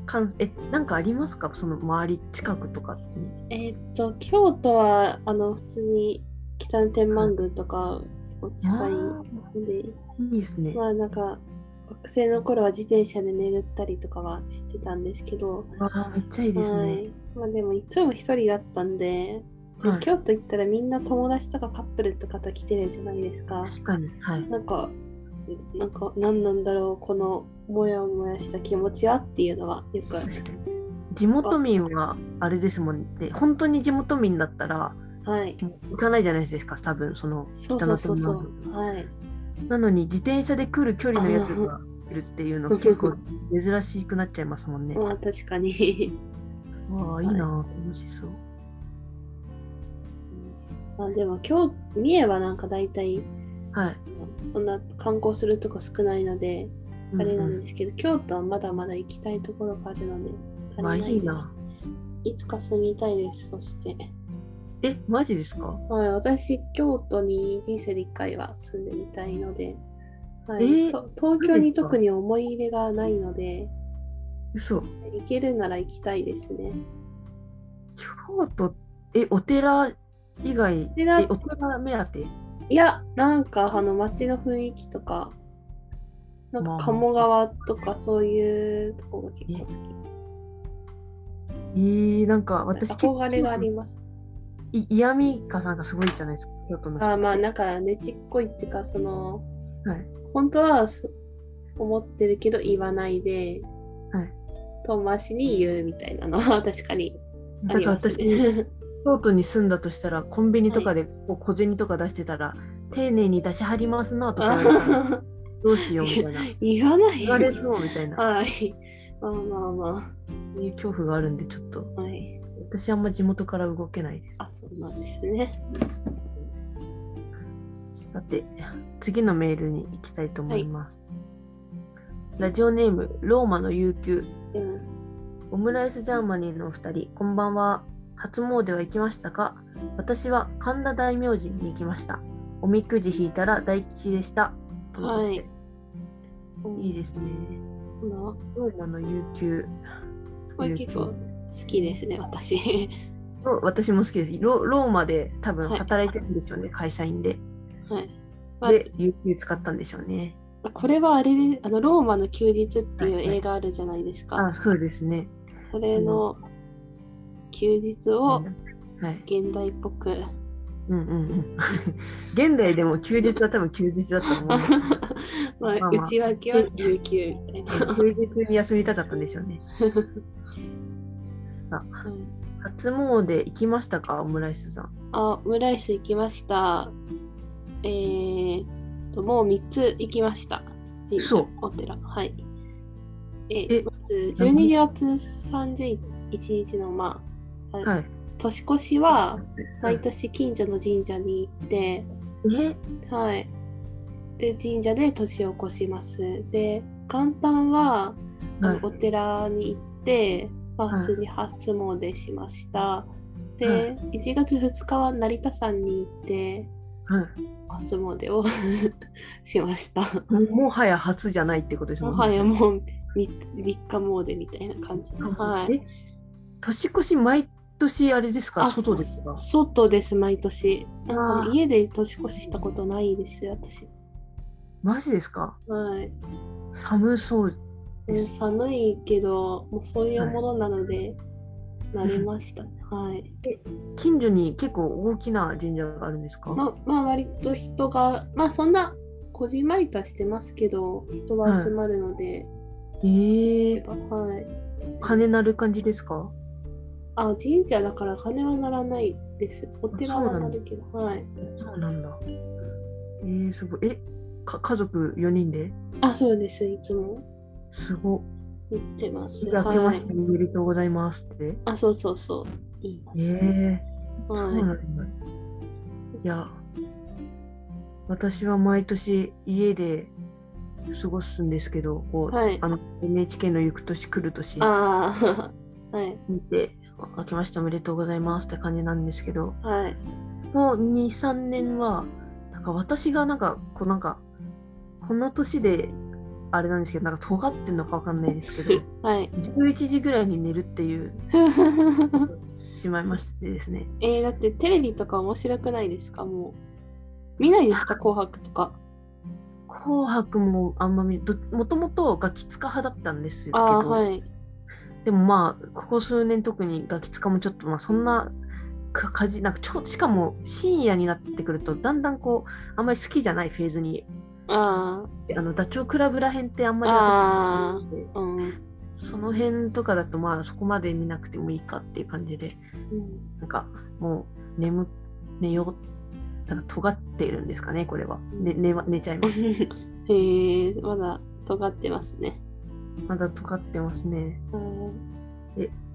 関西、え、なんかありますかその周り近くとかに。えーっと、京都は、あの、普通に北の天満宮とか、結構近いので、いいですね。まあなんか、学生の頃は自転車で巡ったりとかはしてたんですけど、わあ、めっちゃいいですはね。い。まあでも、いつも一人だったんで、はい、京都行ったらみんな友達とかカップルとかと来てるじゃないですか。確かに。はい。なんか、なんか何なんだろう、このモヤモヤした気持ちはっていうのはよくある。確かに。地元民はあれですもんね。本当に地元民だったら、はい。行かないじゃないですか多分そのそうそうそうそ北のう。はい。なのに自転車で来る距離のやつがいるっていうのあー結構珍しくなっちゃいますもんね。まあ確かに。わあいいな、楽しそう。まあでも今日三重はなんか大体はい。そんな観光するとこ少ないのであれなんですけど、京都はまだまだ行きたいところがあるので足りまあないです、いいな。いつか住みたいですそして、えマジですか、はい、私京都に人生で1回は住んでみたいので、はいえーと東京に特に思い入れがないので嘘。行けるなら行きたいですね京都えお寺以外お寺えお寺目当ていやなんかあの街の雰囲気とかなんまあか鴨川とかそういうとこが結構好きえー、なんか私憧れがあります。い嫌味かさんがすごいじゃないですか京都の人あーまあはいなんかねちっこいっていうかその本当はそ思ってるけど言わないで、はい遠回しに言うみたいなのは 確かにあだかりらます私ね。京都に住んだとしたらコンビニとかでこう小銭とか出してたら、丁寧に出しはりますなとか言われたらあどうしようみた いな言わない言われそうみたいなはい。まあまあまそういう恐怖があるんでちょっとあ。はい。私あんま地元から動けないであそうなんですね。すさて次のメールに行きたいと思います、ラジオネームローマの悠久うん。オムライスジャーマニーのお二人こんばんは初詣は行きましたか私は神田大明神に行きましたおみくじ引いたら大吉でしたとのことではいいいですねまローマの悠久あこれ結構好きですね私。 ロ私も好きですロローマで多分はい働いてるんですよね、会社員ではい。まあで有給使ったんでしょうねこれはあれであのローマの休日っていうはいはい映画あるじゃないですか。あそうですねそれの休日をはい 現代っぽくうんうんうん。 現代でも休日は多分休日だと思う。ままああ、まあ内訳は有給みたいな。休日に休みたかったんでしょう ね。さあ、初詣行きましたか、オムライスさん。あ、オムライス行きました。えー、と、もう3つ行きました。神社嘘お寺。はい。ええまず、12月31日の、まあ、あはい。年越しは、毎え年近所の神社に行って、はい。で、神社で年を越します。で、元旦は、あのはいお寺に行って、まあ、はい普通に初詣しました。で、は1月2日は成田山に行って、はい初詣を しました。もうもはや初じゃないってことですももんはやもう 3, 日詣みたいな感じ。はい。え年越し毎年あれですかあ外ですか外です、毎年。なんあかー家で年越ししたことないです、私。マジですかはい。寒そううんです寒いけど、もうそういうものなので、慣れましたね。はい。近所に結構大きな神社があるんですか、まあ、まあ、割と人が、まあ、そんな、こじんまりとはしてますけど、人は集まるので、えー、はい。金なる感じですかあ、神社だから金はならないです。お寺そうはななのるけど、はい。そうなんだえー、すごいえか家族4人であ、そうです、いつもすごっ言ってます。明けましてはいおめでとうございますってあ、そうそうそう。言いまえす、ー、そうはい。なんだいや私は毎年家で過ごすんですけどこう、はいあの NHK の「行く年来る年」ああ、 はい。見て「明けましておめでとうございます」って感じなんですけどはい。もう23年はなんか私がなんかこうなんかこの年であれなんですけどなんか尖ってんのかわかんないで すけどはい。 11時ぐらいに寝るっていうしまいましてですねえー、だってテレビとか面白くないですかもう。見ない ですか紅白とか。 「紅白」もあんま見どもともとガキツカ派だったんですけど、ああー、はい。でもまあここ数年特にガキツカもちょっとまあそんなかかじなんかちょしかも深夜になってくるとだんだんこうあんまり好きじゃないフェーズにああのダチョウ倶楽部らへんってあんまり私好きじゃなくあ、うん。てその辺とかだとまあそこまで見なくてもいいかっていう感じでうん なんかもう眠寝ようなんか尖っているんですかねこれは、ね、寝は寝ちゃいますえー、まだ尖ってますね。まだ尖ってますねうん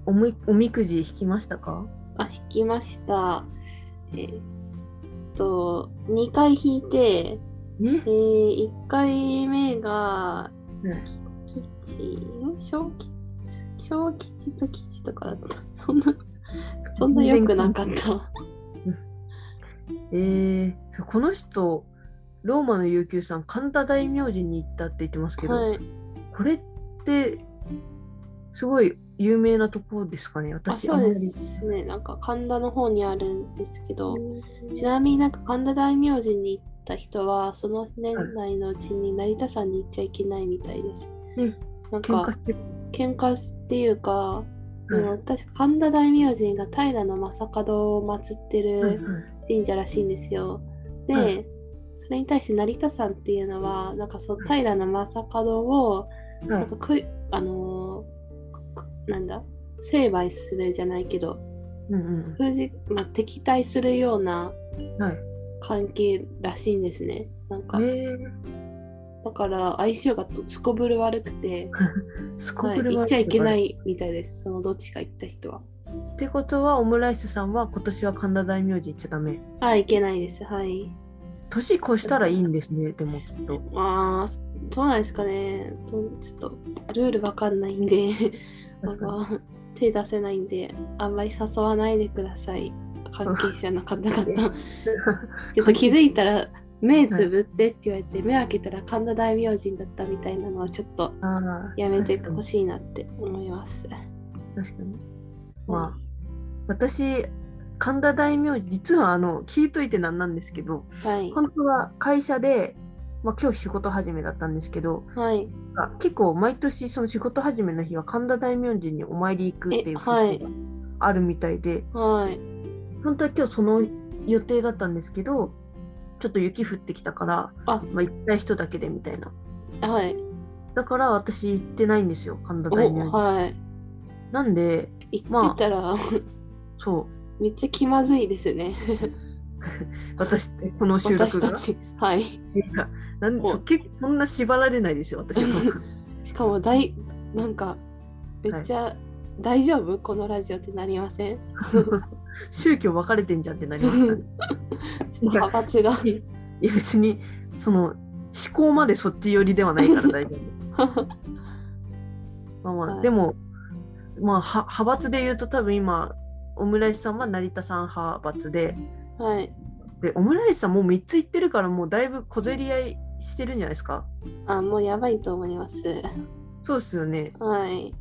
おみおみくじ引きましたかあ、引きました。えーっと、2回引いて、ええー、1回目が、うん吉、小吉、小吉と吉とかだった。そんな、そんな良くなかった。えー、この人ローマの悠久さん神田大明神に行ったって言ってますけど、はい。これってすごい有名なところですかねあ、私そうですね。なんか神田の方にあるんですけあどん、まりちなみになんか神田大明神に行った人はその年内のうちに成田山に行っちゃいけないみたいです。うんなん喧嘩かしてる、喧嘩っていうか、ううんん、確か神田大明神が平将門を祀ってうんるうん神社らしいんですよ。で、はいそれに対して成田山っていうのはなんかその平将門をはないんかくいあのーくなんだ成敗するじゃないけどうん封じ、まあ、敵対するようなうんはい関係らしいんですね。なんか、えだから相性がとすこぶる悪くて、ー、スコはい、プル行はっちゃいけないいみたいです。そのどっちか行った人は。ってことはオムライスさんは今年は神田大明神行っちゃダメはい、行けないです。はい。年越したらいいんですねでもきっとまあ、そどうなんですかね。どうちょっとルールわかんないんで、なん確かにか手出せないんで、あんまり誘わないでください。関係者の方 々。ちょっと気づいたら、目つぶってって言われて、目開けたら神田大明神だったみたいなのはちょっとあーやめてほ確かしいなって思います。に確かにま私神田大名実はあの聞いといてなんなんですけどはい。本当は会社で、まあ、今日仕事始めだったんですけどはい。あ結構毎年その仕事始めの日は神田大名神にお参り行くっていうえことがはいあるみたいで、はい。本当は今日その予定だったんですけど、ちょっと雪降ってきたから、あまあ、行った人だけでみたいな。はい。だから私行ってないんですよ、神田大お名に。はい。なんで、行ってたら、そう、めっちゃ気まずいですね。私、この収録私がた。ち。はい。いやなんおそ結構そんな縛られないですよ、私 は。そうしかも大なんかめっちゃ、大丈夫このラジオってなりません？宗教分かれてんじゃんってなりますからね。ちょっと派閥 がいや、別に、その、思考までそっち寄りではないから 大丈夫。まあまあ、はいでも、まあ、は派閥で言うと多分今オムライスさんは成田さん派閥ではい。でオムライスさんもう3つ言ってるからもうだいぶ小競り合いしてるんじゃないですかあもうやばいと思います。そうですよね。はい。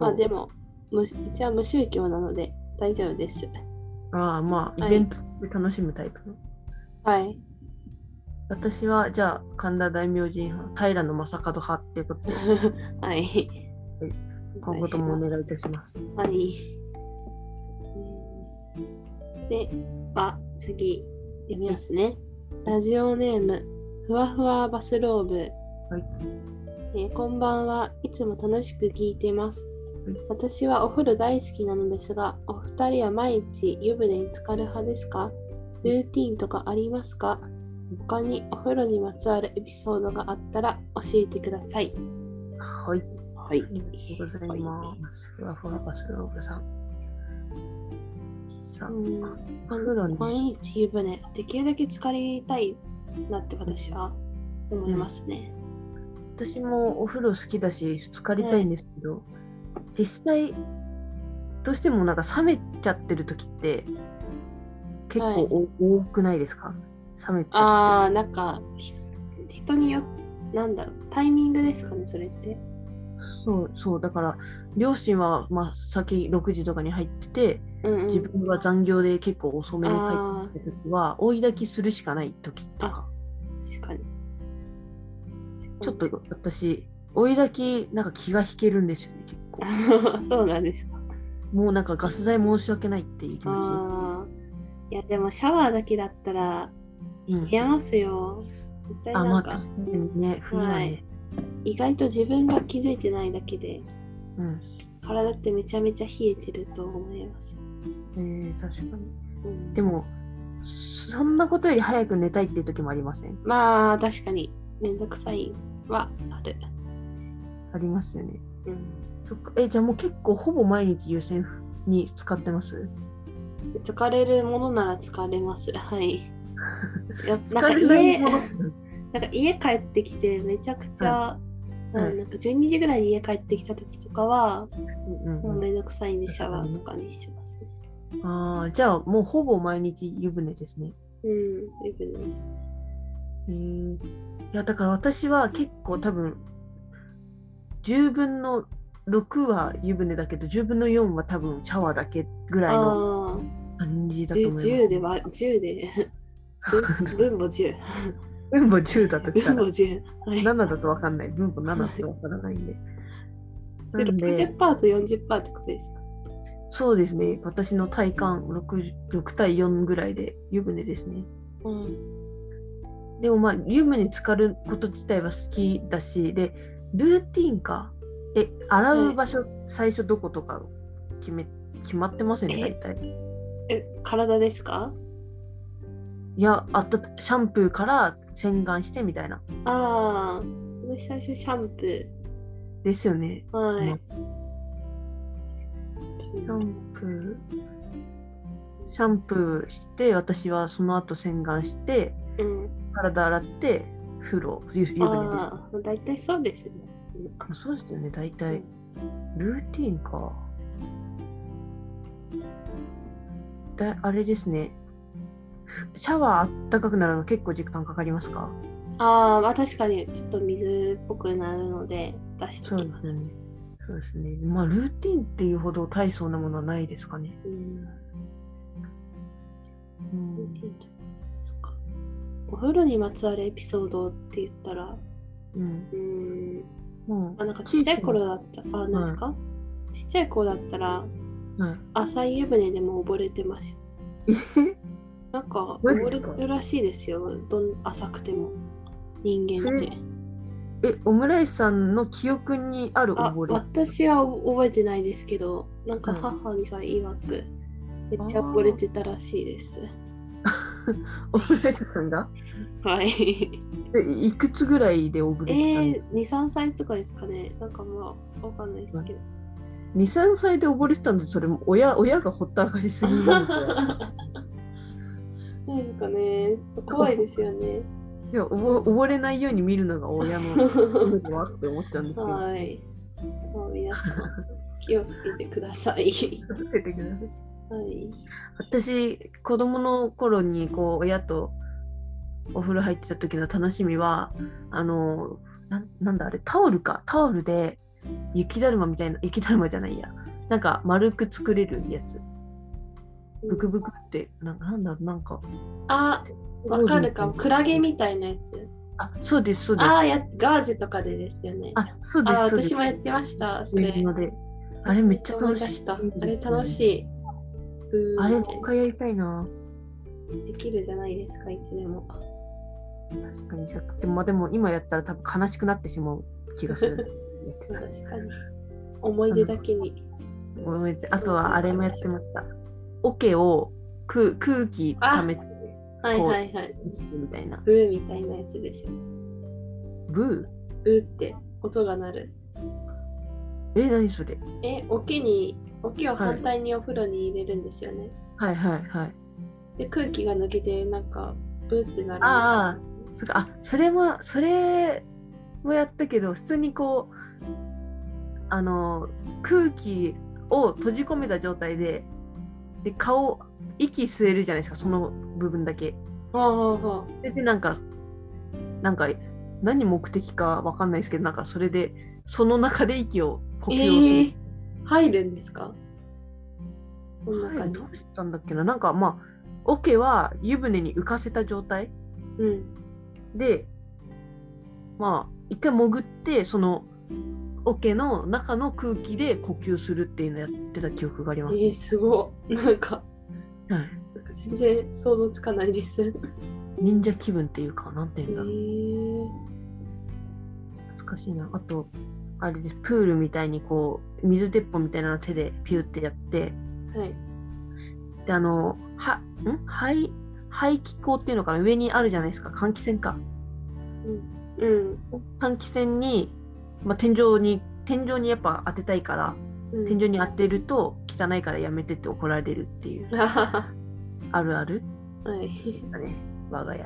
まあでも無一応無宗教なので大丈夫です。ああまあはイいベントで楽しむタイプの、 はい。私はじゃあ神田大明神派平野正門派っていうことではい。今後ともお願いいたしますはい。では、次、読みますね。ラジオネーム、ふわふわバスローブ。えーこんばんはいつも楽しく聞いていますはい。私はお風呂大好きなのですが、お二人は毎日湯船に浸かる派ですかルーティーンとかありますか他にお風呂にまつわるエピソードがあったら教えてください。はいはい。ありがとうございますふわふわバスローブさんさあ、うんお風呂に毎日湯船できるだけ浸かりたいなって私は思いますね、私もお風呂好きだし浸かりたいんですけど、実際どうしてもなんか冷めちゃってる時って結構はいお、多くないですか冷めちあゃあなんかひ人によってなんだろうタイミングですかねそれってってるそうそうだから両親はまあ先6時とかに入っててうん、うん、自分は残業で結構遅めに帰あってる時は追い炊きするしかない時とかー確かにちょっと私追い炊きなんか気が引けるんですよね結 構そうなんですかもうなんかガス代申し訳ないっていう気持あーいやでもシャワーだけだったらち、うん冷えますよ絶対あなまあんか確かにね冬はね、はい意外と自分が気づいてないだけでうん体ってめちゃめちゃ冷えてると思います、えー確かに。うんでも、そんなことより早く寝たいっていう時もありませんまあ確かにめんどくさいはある。ありますよね。うん。そっか。え、じゃあもう結構ほぼ毎日優先に使ってます疲れるものなら疲れます。はい。いやなん 疲かれない家もなのん。か家帰ってきてめちゃくちゃ、いうんはいなんか12時ぐらいに家帰ってきた時とかは、うんもううんうめんどくさいんでシャワーとかにしてますね。ん、ああ、じゃあもうほぼ毎日湯船ですね。うん、いうことです。へえいや、だから私は結構多分、10分の6は湯船だけど、10分の4は多分シャワーだけぐらいのあ感じあ、だと思います。 10では、10で、分母10。 分母10だとした分ら母。10。はい。 7だとわかんない。分母7ってわからないんで。でなんで60%と40%ってことですか。そうですね。私の体感 6, 6対4ぐらいで湯船ですね。うん。でもまあ湯船に浸かること自体は好きだし、で、ルーティンか。え、洗う場所、最初どことか決め決まってますよね、え大体。え、体ですかいや、あった、シャンプーから洗顔してみたいな。ああ、私最初シャンプですよね。ー。はい。シャンプー。シャンプーして、私はその後洗顔して、うん。体洗って風呂湯湯船でああ、大体そうですね。すそうですよね大体ルーティンかだあれですねふシャワーあったかくなるの結構時間かかりますかああ、まあ確かにちょっと水っぽくなるので出してそうきでますす。ねそうですねまあルーティンっていうほど大層なものはないですかね、うんうんそっかお風呂にまつわるエピソードって言ったら、うん、うん、もうあなんかちっちゃい頃だった、あ、なんですか、ちっちゃい頃だったら、はい 浅い湯船でも溺れてました。なんかマ埋ジっもすかれるらしいですよどん浅くても人間ってえ、オムライスさんの記憶にあるあ溺れ。私は覚えてないですけどなんかうん母が曰くめっちゃ溺れてたらしいですオムライスさんがはい え、いくつぐらいで溺えれてたー、の、23歳とかですかねなんかまあわかんないですけど ?2、3歳で溺れてたんで、それも親親がほったらかしすぎるので。 ないですかねちょっと怖いですよね いや、おぼ溺れないように見るのが親の は務はって思っちゃうんですけど。いまあ皆さん気をつけてくださ い気をつけてくださいはい私子供の頃にこう親とお風呂入ってた時の楽しみはあのなんなんだあれタオルかタオルで雪だるまみたいな雪だるまじゃないやなんか丸く作れるやつブクブクってなんかなんだろうなんかあわかるかもクラゲみたいなやつあそうですそうですあああやガーゼとかでですよねそうであすそうです私もやってましたそそういうれのであれめっちゃ楽しい思い出したあれ楽しい。うーんあれみもたうい一な回やりたいなできるじゃないですか、いつでも。確かにさでもまあでも今やったら多分悲しくなってしまう気がするやってた確かに。思い出だけに。ごめんなさいあとはあれもやってました。オケを空空気溜めてはいはいはい。みたいな。ブーみたいなやつですよ。ブブーって音が鳴る。ーえ、何それえ、桶に、桶を反対にお風呂に入れるんですよね。はいはいはい。で、空気が抜けて、なんか、ブーって鳴る。あそっかあそれも、それもやったけど、普通にこう、あの、空気を閉じ込めた状態で、で、顔、息吸えるじゃないですか、その部分だけ。ほうほうほう。それでなんか、なんか、何目的かわかんないですけど、なんかそれで、その中で息を呼え吸をする。ー、入るんですかそんなはい感じど。うしたんだっけななんかまあ桶は湯船に浮かせた状態うん。でまあ一回潜ってその桶の中の空気で呼吸するっていうのやってた記憶がありえます、ー、すごっ。なんか、なはい、んか全然想像つかないです。忍者気分っていうかなんていうんだろうー、懐かしいなあとあれですプールみたいにこう水鉄砲みたいなのを手でピューってやってはい。であのはん排排気口っていうのかな上にあるじゃないですか換気扇かうん。換気扇に、まあ、天井に天井にやっぱ当てたいからうん天井に当てると汚いからやめてって怒られるっていうあは はあるあるはい。だね我が家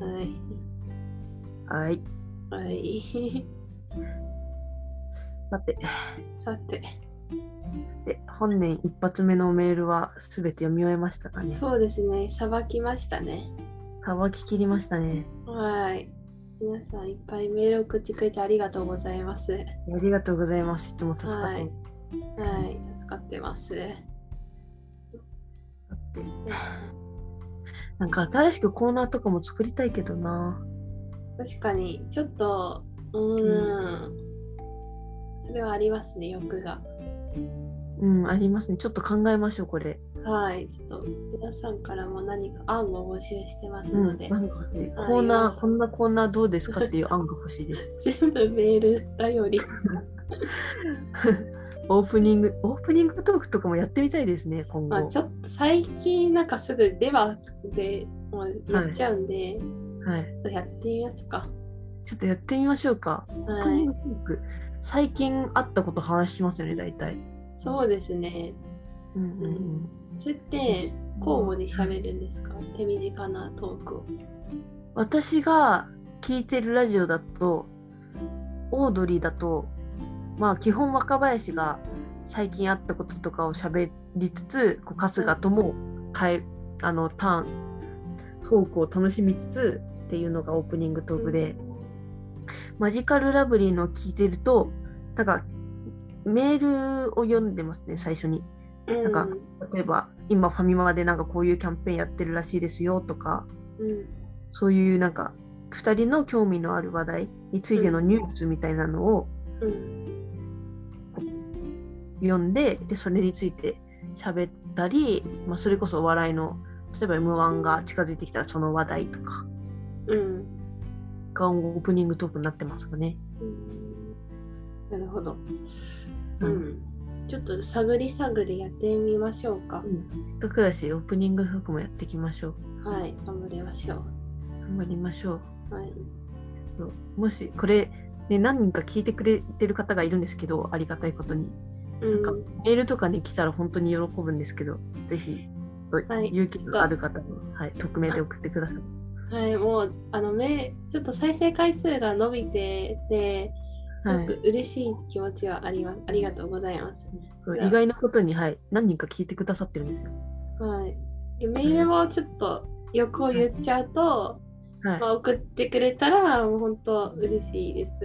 はい。はいはい。さてさて、で本年一発目のメールは全て読み終えましたかねそうですね。さばきましたね。さばききりましたねはい。皆さんいっぱいメールを送ってくれてありがとうございます。はありがとうございますいつも助かってはいます、い。助かって ます。だってなんか新しくコーナーとかも作りたいけどな確かに、ちょっと、うーん。それはありますね、欲が。うんありますねちょっと考えましょうこれはい。ちょっと、皆さんからも何か案を募集してますうのんで、なんか欲しいコーナーこんなコーナーどうですかっていう案が欲しいです全部メール頼り。オープニング、オープニングトークとかもやってみたいですね、今後。まあ、ちょっと最近なんかすぐレバーでもうやっちゃうんで、はい、やってみますか。ちょっとやってみましょうか。オープはニンいグ。トーク最近あったこと話しますよね、大体。そうですね。うんうんうん、それって交互に喋るんですか手短なトークを。私が聞いてるラジオだと、オードリーだと、まあ基本若林が最近あったこととかを喋りつつ、こう春日とも変えあのターン、トークを楽しみつつっていうのがオープニングトークで。マジカルラブリーのを聞いてると、なんかメールを読んでますね、最初に。うん。なんか例えば、今ファミマでなんかこういうキャンペーンやってるらしいですよとか、うん。そういうなんか2人の興味のある話題についてのニュースみたいなのをうん。読んで、でそれについて喋ったり、まあ、それこそお笑いの例えば M1 が近づいてきたらその話題とかうん。がオープニングトークになってますかね。うんなるほど。うん。ちょっと探り探りやってみましょうかう。ん。せっかくだし、オープニングトークもやっていきましょう。はい、頑張りましょ頑張りましょう。う。はい。そうもし、これ、ね、何人か聞いてくれてる方がいるんですけど、ありがたいことに。うんなんメールとかね、来たら本当に喜ぶんですけど、ぜひ、はい勇気のある方に、はい、匿名で送ってください。はい、もうあのめちょっと再生回数が伸びてて、すはごいく嬉しい気持ちはあります。ありがとうございます。そう意外なことに、はい、何人か聞いてくださってるんですよ。はい。メールもちょっと欲を言っちゃうと、はいま。あ、送ってくれたらもう本当嬉しいです。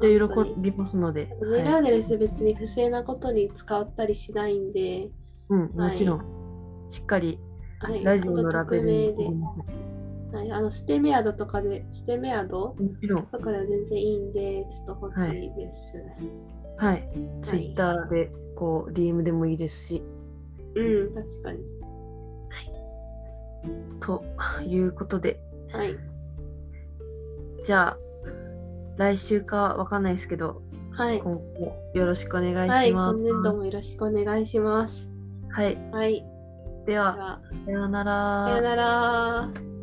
めっちゃ喜びますので、メールはアい、ドレス別に不正なことに使ったりしないんで、うん、もちろん、しっかりはい、ラジオのラベルに匿名入れますし、で、はい、あのステメアドとかで、ステメアドもちろん、とかでは全然いいんで、ちょっと欲しいです。はい、ツイッターで、こう、DM でもいいですし、うん、確かに。ということで、はい。じゃあ、来週かわかんないですけど、はい。今後もよろしくお願はいい、しま今す。年度もよろしくお願いします。はい、はい、ででは、は、さようなさようなら。ら。